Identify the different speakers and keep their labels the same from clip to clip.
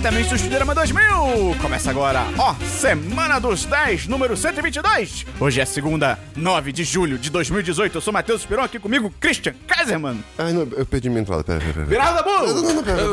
Speaker 1: Jornalista Estudirama 2000. Começa agora, ó, Semana dos 10, número 122. Hoje é segunda, 9 de julho de 2018. Eu sou Matheus Espiron, aqui comigo, Christian Kaiserman.
Speaker 2: Ai, não, eu perdi minha entrada, pera, pera, pera.
Speaker 3: Virada
Speaker 2: Não, não,
Speaker 3: boa!
Speaker 2: não, pera, pera.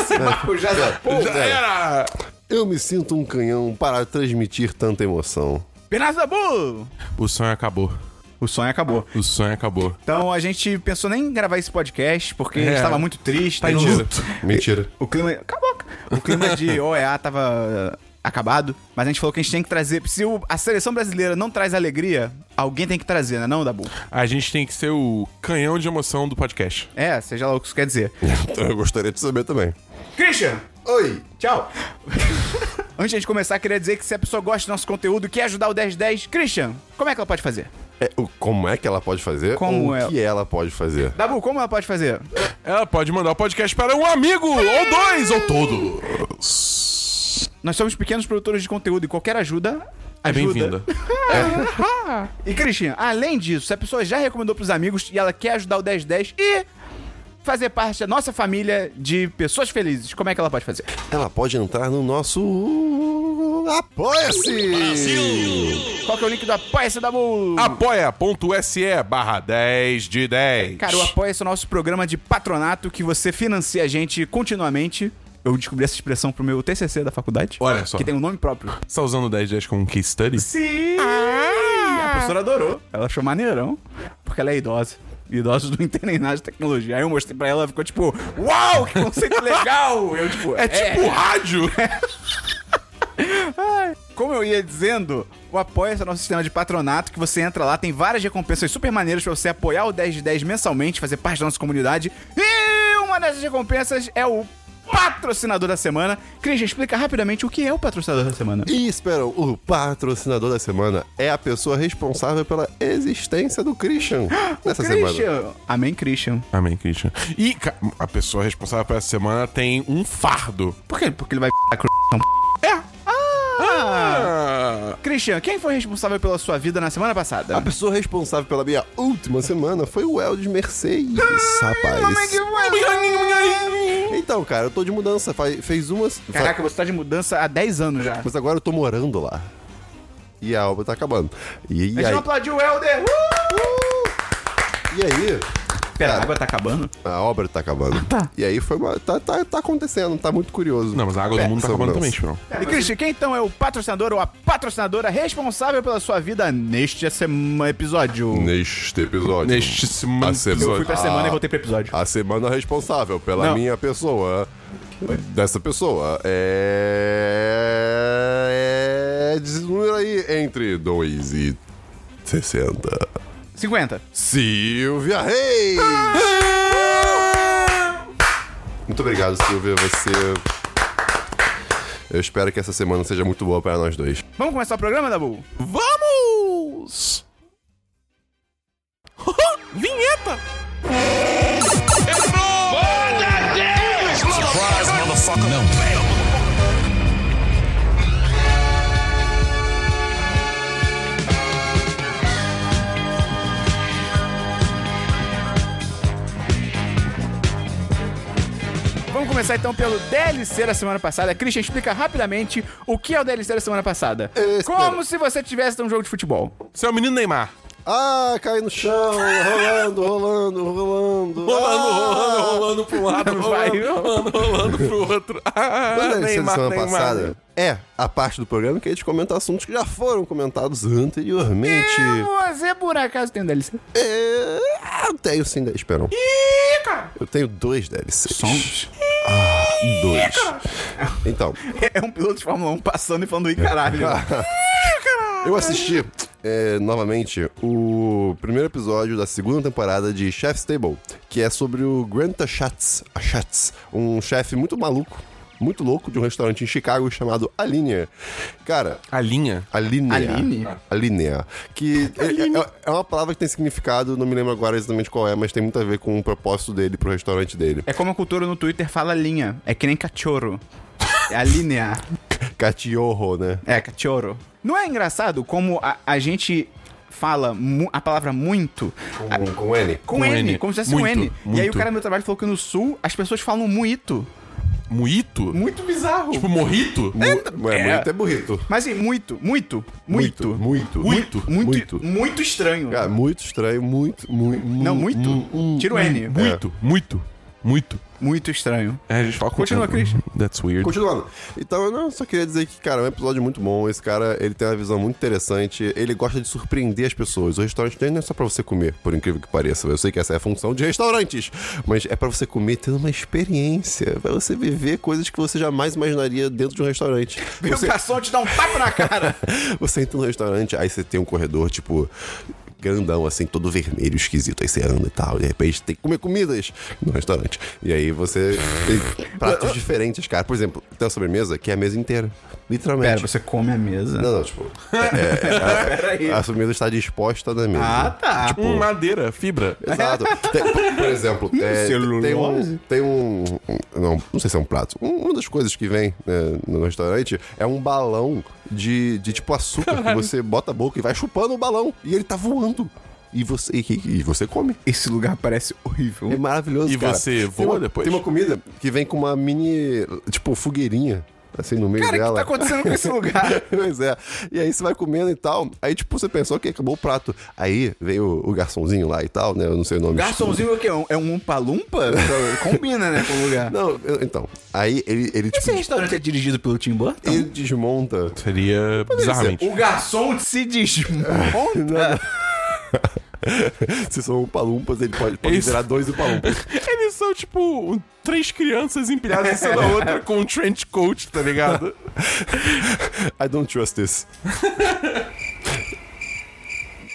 Speaker 3: Esse papo já da porra
Speaker 2: Já
Speaker 4: É.
Speaker 3: era!
Speaker 2: Eu me sinto um canhão para transmitir tanta emoção.
Speaker 1: Pinazabu!
Speaker 4: O sonho acabou.
Speaker 1: O sonho acabou.
Speaker 4: O sonho acabou.
Speaker 1: Então a gente pensou nem em gravar esse podcast, porque a gente
Speaker 4: É.
Speaker 1: tava muito triste.
Speaker 4: Tá em
Speaker 1: no-
Speaker 4: luto.
Speaker 2: Mentira.
Speaker 1: O clima. é- Acabou. O clima de OEA tava eh, acabado, mas a gente falou que a gente tem que trazer. Se o- a seleção brasileira não traz alegria, alguém tem que trazer, né, não, Dabu?
Speaker 4: A gente tem que ser o canhão de emoção do podcast.
Speaker 1: É, seja lá o que isso quer dizer.
Speaker 2: Então eu gostaria de saber também.
Speaker 1: Christian!
Speaker 2: Oi!
Speaker 1: Tchau! Antes de a gente começar, queria dizer que se a pessoa gosta do nosso conteúdo e quer ajudar o 1010, Christian, como é que ela pode fazer?
Speaker 2: É, o- como é que ela pode fazer?
Speaker 1: Como
Speaker 2: ou
Speaker 1: é?
Speaker 2: O que ela pode fazer?
Speaker 1: Dabu, como ela pode fazer?
Speaker 4: Ela É, pode mandar o podcast para um amigo, ou dois, ou todo.
Speaker 1: Nós somos pequenos produtores de conteúdo e qualquer ajuda.
Speaker 4: É
Speaker 1: ajuda.
Speaker 4: bem-vinda.
Speaker 1: E Christian, além disso, se a pessoa já recomendou pros amigos e ela quer ajudar o 1010 e fazer parte da nossa família de pessoas felizes, como é que ela pode fazer?
Speaker 2: Ela pode entrar no nosso. Apoia-se!
Speaker 1: Qual que é o link do Apoia-se Dabu?
Speaker 4: Apoia.se barra 10 de 10.
Speaker 1: Cara, o Apoia-se é o nosso programa de patronato que você financia a gente continuamente. Eu descobri essa expressão pro meu TCC da faculdade.
Speaker 4: Olha só.
Speaker 1: Que tem um nome próprio.
Speaker 4: Você tá usando o 10 de 10 como um case study?
Speaker 1: Sim! A professora adorou. Ela achou maneirão, porque ela é idosa. E Idosos não entendem nada de tecnologia. Aí eu mostrei pra ela, ela ficou tipo, uau, que conceito legal! Eu, tipo,
Speaker 4: É tipo rádio.
Speaker 1: Como eu ia dizendo, o apoia é o nosso sistema de patronato, que você entra lá, tem várias recompensas super maneiras pra você apoiar o 10 de 10 mensalmente, fazer parte da nossa comunidade. E uma dessas recompensas é o patrocinador da semana. Cris, explica rapidamente o que é o patrocinador da semana.
Speaker 2: E espera, o patrocinador da semana é a pessoa responsável pela existência do Christian nessa semana.
Speaker 1: Christian! Amém, Christian.
Speaker 4: Amém, Christian. E ca- a pessoa responsável por essa semana tem um fardo.
Speaker 1: Por quê? Porque ele vai a cru- É! Ah!
Speaker 4: Ah,
Speaker 1: Christian, quem foi responsável pela sua vida na semana
Speaker 2: A
Speaker 1: passada?
Speaker 2: pessoa responsável pela minha última semana foi o Eldes Mercedes, rapaz. Então, cara, eu tô de mudança. Faz, fez umas. fa-
Speaker 1: Caraca, você tá de mudança há 10 anos já.
Speaker 2: Mas agora eu tô morando lá. E a obra tá acabando. E,
Speaker 1: A gente
Speaker 2: aí,
Speaker 1: não aplaudiu o Helder! Uh!
Speaker 2: e aí,
Speaker 1: Pera, a
Speaker 2: Cara.
Speaker 1: água tá acabando?
Speaker 2: a obra tá acabando.
Speaker 1: tá.
Speaker 2: E aí foi uma. Tá, tá, tá acontecendo, tá muito curioso.
Speaker 4: Não, mas a água do mundo tá
Speaker 2: essa
Speaker 4: acabando
Speaker 2: mudança.
Speaker 4: também, Chirão.
Speaker 1: E Christian, quem então é o patrocinador ou a patrocinadora responsável pela sua vida neste sema- episódio? Ah.
Speaker 2: Neste episódio.
Speaker 4: Neste semana-
Speaker 2: a semana,
Speaker 1: Eu fui pra semana e voltei pro episódio.
Speaker 2: A semana responsável pela
Speaker 1: Não.
Speaker 2: minha pessoa. Dessa pessoa. É. é desnúmero aí entre 2 e 60.
Speaker 1: 50.
Speaker 2: Silvia Reis!
Speaker 4: Ah.
Speaker 2: Muito obrigado, Silvia. Você. Eu espero que essa semana seja muito boa para nós dois.
Speaker 1: Vamos começar o programa, Dabu?
Speaker 4: Vamos! Vinheta!
Speaker 1: Vamos começar então pelo DLC da semana passada. Christian, explica rapidamente o que é o DLC da semana passada.
Speaker 2: Espera.
Speaker 1: Como se você tivesse um jogo de futebol.
Speaker 4: Você é o menino Neymar.
Speaker 2: Ah, cai no chão, rolando, rolando, rolando.
Speaker 4: Rolando,
Speaker 2: Ah!
Speaker 4: rolando, rolando pro lado,
Speaker 1: Vai.
Speaker 4: rolando, rolando, rolando pro outro. Ah,
Speaker 2: Mas a lição da semana passada é a parte do programa que a gente comenta assuntos que já foram comentados anteriormente.
Speaker 1: E você, por acaso, tem um DLC?
Speaker 2: É, Eu tenho sim, dez, Esperam. Eu tenho dois DLCs.
Speaker 4: um.
Speaker 2: Ah, dois. Então,
Speaker 1: É um piloto de Fórmula 1 passando e falando, ih, caralho.
Speaker 2: eu assisti é, novamente o primeiro episódio da segunda temporada de Chef's Table, que é sobre o Grant Achatz, Achatz um chefe muito maluco, muito louco, de um restaurante em Chicago chamado Alinea. Cara,
Speaker 4: A linha.
Speaker 2: Alinea.
Speaker 1: Aline?
Speaker 2: Alinea. Que é- é, é uma palavra que tem significado, não me lembro agora exatamente qual é, mas tem muito a ver com o propósito dele pro restaurante dele.
Speaker 1: É como a cultura no Twitter fala linha. É que nem cachorro. É a linha.
Speaker 2: Cachorro, né?
Speaker 1: É, cachorro. Não é engraçado como a, a gente fala mu- a palavra muito a-
Speaker 2: Com, com N.
Speaker 1: com,
Speaker 4: com
Speaker 1: N,
Speaker 4: N.
Speaker 1: como se fosse um
Speaker 4: Muito,
Speaker 1: N. E aí o
Speaker 4: muito.
Speaker 1: cara no meu trabalho falou que no sul as pessoas falam muito.
Speaker 4: Muito?
Speaker 1: Muito bizarro.
Speaker 4: Tipo, morrito?
Speaker 2: Mu- é,
Speaker 1: é.
Speaker 2: burrito é burrito.
Speaker 1: Mas assim, muito, muito, muito.
Speaker 2: Muito.
Speaker 1: Muito, muito, muito, um,
Speaker 2: Muito.
Speaker 1: estranho.
Speaker 2: Cara, muito estranho, muito, muito.
Speaker 1: Não, muito?
Speaker 2: um,
Speaker 1: Tira o N.
Speaker 4: É, Muito, muito, muito.
Speaker 1: Muito estranho.
Speaker 4: É, a gente fala com
Speaker 1: Continua, Christian.
Speaker 4: That's weird.
Speaker 2: Continuando. Então, eu não, só queria dizer que, cara, é um episódio muito bom. Esse cara, ele tem uma visão muito interessante. Ele gosta de surpreender as pessoas. O restaurante dele não é só pra você comer, por incrível que pareça. Eu sei que essa é a função de restaurantes. Mas é pra você comer tendo uma experiência. Pra você viver coisas que você jamais imaginaria dentro de um restaurante.
Speaker 1: Vem o garçom te dá um tapa na cara.
Speaker 2: Você entra no restaurante, aí você tem um corredor, tipo, grandão, assim, todo vermelho, esquisito. Aí você anda e tal, de repente tem que comer comidas no restaurante. E aí você tem pratos diferentes, cara. Por exemplo, tem uma sobremesa que é a mesa inteira.
Speaker 1: Pera,
Speaker 2: Literalmente.
Speaker 1: você come a mesa. Ah,
Speaker 2: Não, não, tipo,
Speaker 1: Peraí.
Speaker 2: a sobremesa está disposta na mesa. Tipo,
Speaker 1: Ah, tá.
Speaker 4: Hum, madeira, fibra.
Speaker 2: Exato. Tem, por- por exemplo, é, tem um.
Speaker 1: celulose.
Speaker 2: Tem um não, não sei se é um prato. Um- uma das coisas que vem né, no restaurante é um balão de, de tipo açúcar que você bota a boca e vai chupando o balão. E ele tá voando. E você, e, e você come.
Speaker 1: Esse lugar parece horrível.
Speaker 2: É maravilhoso,
Speaker 4: E
Speaker 2: cara.
Speaker 4: você
Speaker 2: tem
Speaker 4: voa
Speaker 2: uma,
Speaker 4: depois?
Speaker 2: Tem uma comida que vem com uma mini, tipo, fogueirinha, assim, no meio
Speaker 1: Cara, o que
Speaker 2: dela.
Speaker 1: tá acontecendo com esse lugar?
Speaker 2: Pois é. E aí você vai comendo e tal. Aí, tipo, você pensou que acabou o prato. Aí veio o, o garçomzinho lá e tal, né? Eu não sei o nome.
Speaker 1: Garçomzinho é o quê? É um- É um umpa-lumpa? Combina, né, com o lugar.
Speaker 2: Não, eu- então. Aí ele, ele tipo,
Speaker 1: Esse restaurante é dirigido pelo Tim Burton?
Speaker 2: ele desmonta.
Speaker 4: Seria bizarramente.
Speaker 1: O garçom se desmonta?
Speaker 2: Se são palumpas, ele pode, pode
Speaker 4: Isso.
Speaker 2: virar dois palumpas.
Speaker 4: Eles são, tipo, um- três crianças empilhadas em cima da outra com um trench coat, tá ligado?
Speaker 2: I don't trust this.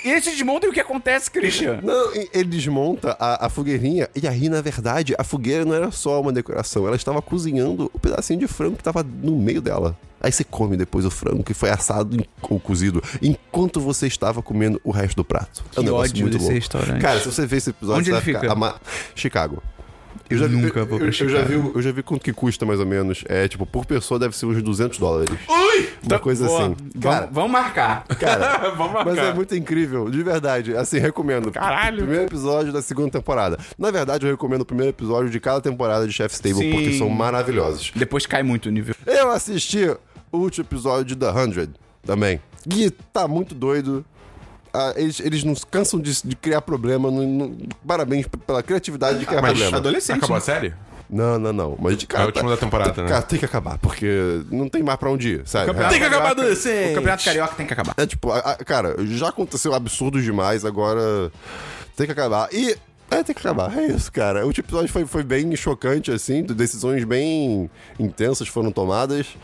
Speaker 1: e esse desmonta e o que acontece, Christian?
Speaker 2: Não, e- ele desmonta a, a fogueirinha. E aí, na verdade, a fogueira não era só uma decoração. Ela estava cozinhando o pedacinho de frango que estava no meio dela. Aí você come depois o frango que foi assado em- ou cozido enquanto você estava comendo o resto do prato. É
Speaker 1: Que
Speaker 2: um negócio
Speaker 1: ódio
Speaker 2: muito
Speaker 1: desse
Speaker 2: louco.
Speaker 1: restaurante.
Speaker 2: Cara, se você ver esse episódio,
Speaker 1: Onde
Speaker 2: você
Speaker 1: ele
Speaker 2: vai ficar
Speaker 1: fica?
Speaker 2: ama- Chicago.
Speaker 1: Eu
Speaker 2: já-
Speaker 1: nunca
Speaker 2: eu,
Speaker 1: vou
Speaker 2: eu,
Speaker 1: pra
Speaker 2: eu já
Speaker 1: Chicago.
Speaker 2: vi, o- eu já vi quanto que custa mais ou menos. É, tipo, por pessoa deve ser uns 200 dólares.
Speaker 4: Ui! Tá
Speaker 2: Uma coisa
Speaker 1: Boa.
Speaker 2: assim.
Speaker 1: Vamos-
Speaker 2: Cara,
Speaker 1: vamos marcar.
Speaker 2: cara,
Speaker 4: Vamos marcar.
Speaker 2: mas é muito incrível, de verdade. Assim, recomendo.
Speaker 4: Caralho.
Speaker 2: Primeiro episódio da segunda temporada. Na verdade, eu recomendo o primeiro episódio de cada temporada de Chef's Table,
Speaker 1: Sim.
Speaker 2: porque são maravilhosos.
Speaker 1: Depois cai muito o nível.
Speaker 2: Eu assisti o último episódio de The 100 também. Gui tá muito doido. Ah, eles, eles não cansam de, de criar problema. não- não- parabéns p- pela criatividade de criar
Speaker 4: mas
Speaker 2: problema.
Speaker 1: Adolescente.
Speaker 4: Acabou a
Speaker 1: né?
Speaker 4: série?
Speaker 2: Não, não, não. Mas de cara,
Speaker 4: É o último da temporada,
Speaker 2: tá-
Speaker 4: né?
Speaker 2: Cara, tem que acabar, porque não tem mais pra onde ir, sabe?
Speaker 1: Campeonato
Speaker 4: Tem que acabar
Speaker 1: Carioca-
Speaker 4: adolescente.
Speaker 1: O campeonato carioca tem que acabar.
Speaker 2: É tipo, a- a- cara, já aconteceu absurdos demais, agora tem que acabar. E. É, tem que acabar. É isso, cara. O último episódio foi, foi bem chocante, assim, de- decisões bem intensas foram tomadas.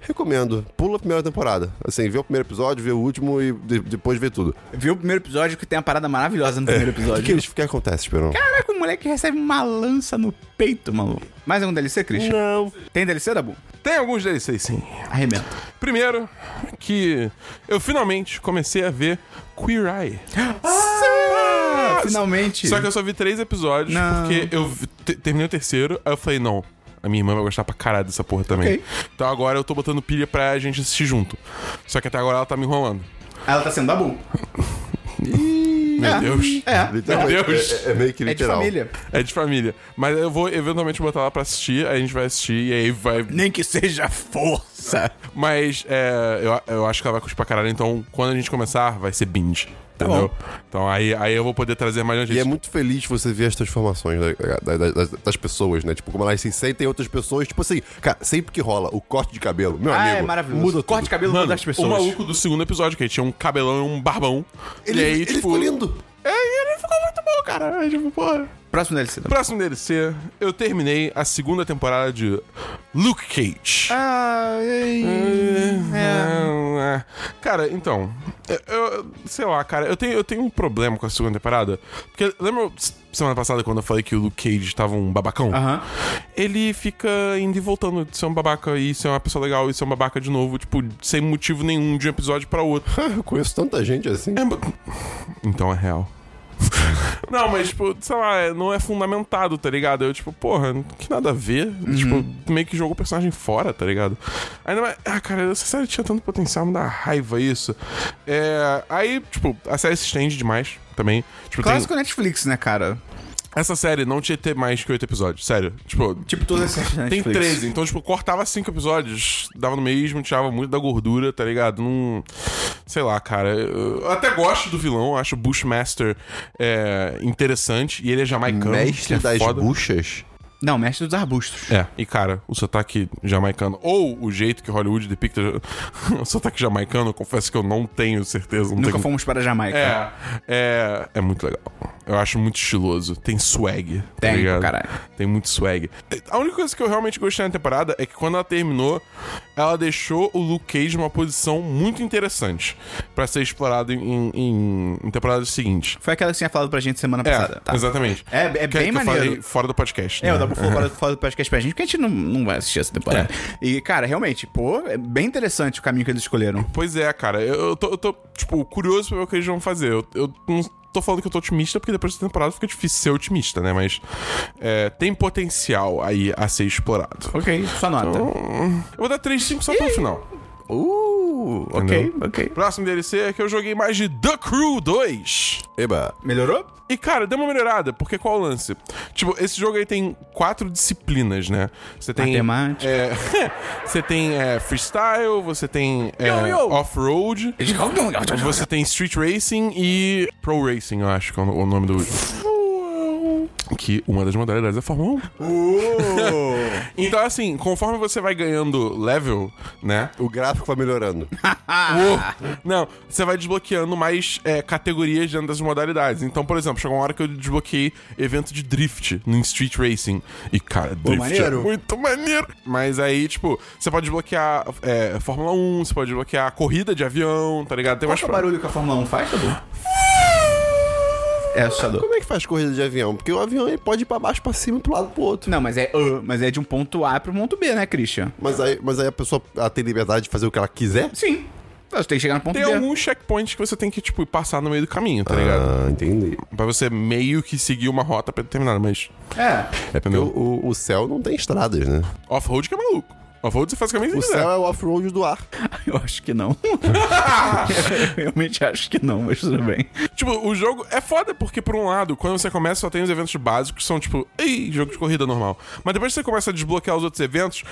Speaker 2: Recomendo. Pula a primeira temporada. Assim, vê o primeiro episódio, vê o último e de- depois vê tudo.
Speaker 1: Viu o primeiro episódio que tem uma parada maravilhosa no primeiro
Speaker 2: O que, que,
Speaker 1: episódio.
Speaker 2: eles- o que acontece, Esperão?
Speaker 1: Caraca, o moleque recebe uma lança no peito, maluco. Mais um DLC, Christian?
Speaker 4: Não.
Speaker 1: Tem DLC, Dabu?
Speaker 4: Tem alguns DLCs, sim.
Speaker 1: Arrebenta.
Speaker 4: Primeiro, que eu finalmente comecei a ver Queer Eye.
Speaker 1: Ah, finalmente.
Speaker 4: Só que eu só vi três episódios,
Speaker 1: Não.
Speaker 4: porque eu vi- te- terminei o terceiro, aí eu falei, não, a minha irmã vai gostar pra caralho dessa porra também.
Speaker 1: Ok.
Speaker 4: Então agora eu tô botando pilha pra gente assistir junto. Só que até agora ela tá me enrolando.
Speaker 1: Ela tá sendo Dabu.
Speaker 4: Meu
Speaker 1: É.
Speaker 4: Deus.
Speaker 1: É.
Speaker 2: Literalmente,
Speaker 4: Meu Deus.
Speaker 2: É, é meio que
Speaker 1: É de
Speaker 2: literal.
Speaker 1: família.
Speaker 4: É de família. Mas eu vou eventualmente botar ela pra assistir, aí a gente vai assistir e aí vai.
Speaker 1: Nem que seja força.
Speaker 4: Mas é, eu, eu acho que ela vai curtir pra caralho, então quando a gente começar, vai ser binge.
Speaker 1: Tá
Speaker 4: Entendeu?
Speaker 1: bom.
Speaker 4: então aí, aí eu vou poder trazer mais
Speaker 2: E é
Speaker 4: gente.
Speaker 2: muito feliz você ver as transformações da- da- da- das, das pessoas, né? Tipo, como elas se sentem outras pessoas. Tipo assim, cara, sempre que rola o corte de cabelo, meu
Speaker 1: Ah,
Speaker 2: amigo,
Speaker 1: é maravilhoso.
Speaker 2: muda
Speaker 1: Corte de
Speaker 2: tudo.
Speaker 1: cabelo
Speaker 4: Mano,
Speaker 1: das pessoas.
Speaker 4: o maluco do segundo episódio, que ele tinha um cabelão e um barbão.
Speaker 2: Ele,
Speaker 4: e aí,
Speaker 2: ele
Speaker 4: tipo.
Speaker 2: ficou lindo.
Speaker 4: É, e ele ficou muito bom, cara. É, tipo, porra.
Speaker 1: Próximo DLC, Dabu.
Speaker 4: Próximo DLC, eu terminei a segunda temporada de Luke Cage.
Speaker 1: Ah,
Speaker 4: É. Cara, então. eu- Eu, sei lá, cara, eu tenho, eu tenho um problema com a segunda temporada. Porque lembra s- semana passada quando eu falei que o Luke Cage tava um babacão?
Speaker 1: Aham.
Speaker 4: Ele fica indo e voltando de ser um babaca e ser uma pessoa legal e ser um babaca de novo, tipo, sem motivo nenhum de um episódio pra outro.
Speaker 2: Eu conheço tanta gente assim.
Speaker 4: É, ba- então é real. não, mas, tipo, sei lá, é- não é fundamentado, tá ligado? Eu, tipo, porra, que nada a ver. Tipo, meio que jogou o personagem fora, tá ligado? Ainda mais. Ah, cara, essa série tinha tanto potencial, me dá raiva isso. É, aí, tipo, a série se estende demais também. Tipo, tem-
Speaker 1: Clássico Netflix, né, cara?
Speaker 4: Essa série não tinha que ter mais que oito episódios, sério. Tipo,
Speaker 1: Tipo, todas as séries da
Speaker 4: tem
Speaker 1: Netflix.
Speaker 4: 13, então, tipo, cortava cinco episódios, dava no mesmo, tirava muito da gordura, tá ligado? Não. Sei lá, cara. Eu até gosto do vilão, acho o Bushmaster é, interessante, e ele é jamaicano. que
Speaker 2: Mestre
Speaker 4: é
Speaker 2: das
Speaker 4: foda.
Speaker 2: buchas?
Speaker 1: Não, Mestre dos Arbustos.
Speaker 4: É, e cara, o sotaque jamaicano, ou o jeito que Hollywood depicta o sotaque jamaicano, eu confesso que eu não tenho certeza. Não
Speaker 1: Nunca
Speaker 4: tenho...
Speaker 1: fomos para a Jamaica.
Speaker 4: É, é, é muito legal. Eu acho muito estiloso. Tem swag. tá
Speaker 1: Tem,
Speaker 4: ligado?
Speaker 1: caralho.
Speaker 4: Tem muito swag. A única coisa que eu realmente gostei na temporada é que quando ela terminou, ela deixou o Luke Cage numa posição muito interessante pra ser explorado em, em, em temporadas seguintes.
Speaker 1: Foi aquela que você tinha falado pra gente semana
Speaker 4: É,
Speaker 1: passada. tá.
Speaker 4: exatamente.
Speaker 1: É, é
Speaker 4: Que-
Speaker 1: bem
Speaker 4: que eu falei
Speaker 1: maneiro.
Speaker 4: fora do podcast.
Speaker 1: É,
Speaker 4: né?
Speaker 1: o Dabu falou fora, fora do podcast pra gente, porque a gente não, não vai assistir essa temporada. E, cara, realmente, pô, é bem interessante o caminho que eles escolheram.
Speaker 4: Pois é, cara. Eu, eu tô, eu tô, tipo, curioso pra ver o que eles vão fazer. Eu, eu não tô falando que eu tô otimista, porque depois dessa temporada fica difícil ser otimista, né? Mas é, tem potencial aí a ser explorado.
Speaker 1: Ok. Só nota.
Speaker 4: Então, eu vou dar 3-5 só pelo final.
Speaker 1: Uh, ok, ok.
Speaker 4: Próximo DLC é que eu joguei mais de The Crew 2.
Speaker 2: Eba.
Speaker 1: Melhorou?
Speaker 4: E, cara, deu uma melhorada, porque qual o lance? Tipo, esse jogo aí tem quatro disciplinas, né? Você tem.
Speaker 1: Matemática.
Speaker 4: é, você tem é, freestyle, você tem é,
Speaker 1: Yo, yo.
Speaker 4: off-road,
Speaker 1: um
Speaker 4: você tem street racing e pro racing, eu acho que é o o nome do. Que uma das modalidades é a Fórmula 1. Então, assim, conforme você vai ganhando level, né?
Speaker 2: O gráfico vai melhorando.
Speaker 4: Não, você vai desbloqueando mais é, categorias dentro das modalidades. Então, por exemplo, chegou uma hora que eu desbloqueei evento de drift no Street Racing. E, cara, drift
Speaker 2: maneiro.
Speaker 4: é muito maneiro. Mas aí, tipo, você pode desbloquear é, Fórmula 1, você pode desbloquear corrida de avião, tá ligado? Tem
Speaker 1: Qual
Speaker 4: mais
Speaker 1: que é o barulho que a Fórmula 1 faz, Dabu? É assustador.
Speaker 2: Como é que faz corrida de avião? Porque o avião ele pode ir pra baixo, pra cima, pro lado, pro outro.
Speaker 1: Não, mas é, uh, mas é de um ponto A pro ponto B, né, Christian?
Speaker 2: Mas aí, mas aí a pessoa ela tem liberdade de fazer o que ela quiser?
Speaker 1: Sim. Mas tem que chegar no ponto
Speaker 4: Tem
Speaker 1: B.
Speaker 4: alguns checkpoints que você tem que, tipo, passar no meio do caminho, tá ligado?
Speaker 2: Ah, entendi.
Speaker 4: Pra você meio que seguir uma rota predeterminada, mas.
Speaker 1: É.
Speaker 2: É porque o, o- o céu não tem estradas, né?
Speaker 4: Off-road que é maluco. Off-road você faz o caminho que
Speaker 2: O
Speaker 4: você quiser.
Speaker 2: céu é o off-road do ar.
Speaker 1: Eu acho que não. eu realmente acho que não, mas tudo bem.
Speaker 4: Tipo, o jogo é foda porque, por um lado, quando você começa, só tem os eventos básicos, que são tipo, ei, jogo de corrida normal. Mas depois que você começa a desbloquear os outros eventos,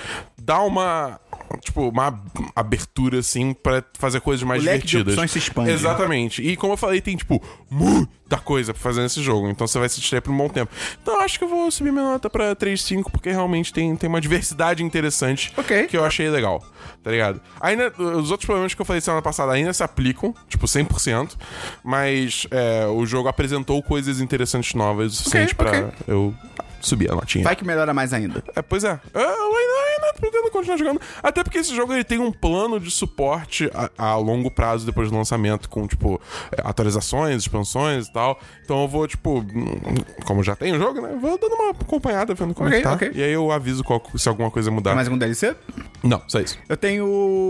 Speaker 4: dá uma. Tipo, uma ab- abertura, assim, pra fazer coisas mais
Speaker 1: O leque de
Speaker 4: divertidas.
Speaker 1: opções se expande.
Speaker 4: Exatamente. E como eu falei, tem, tipo, muita coisa pra fazer nesse jogo. Então você vai se distrair por um bom tempo. Então eu acho que eu vou subir minha nota pra 3,5, porque realmente tem, tem uma diversidade interessante
Speaker 1: Ok.
Speaker 4: que eu achei legal, tá ligado? Ainda, os outros problemas que eu falei semana passada ainda se aplicam, tipo, 100%, mas é, o jogo apresentou coisas interessantes novas o suficiente pra
Speaker 1: ok.
Speaker 4: eu subir a notinha.
Speaker 1: Vai que melhora mais ainda.
Speaker 4: É, pois é. Eu ainda, eu ainda pretendo continuar jogando. Até porque esse jogo ele tem um plano de suporte a, a longo prazo depois do lançamento, com, tipo, é, atualizações, expansões e tal. Então eu vou, tipo, hum, como já tem o jogo, né? Vou dando uma acompanhada, vendo como é
Speaker 1: Ok,
Speaker 4: que tá.
Speaker 1: ok.
Speaker 4: E aí eu aviso qual- se alguma coisa mudar.
Speaker 1: Tem mais algum DLC?
Speaker 4: Não, só isso.
Speaker 1: Eu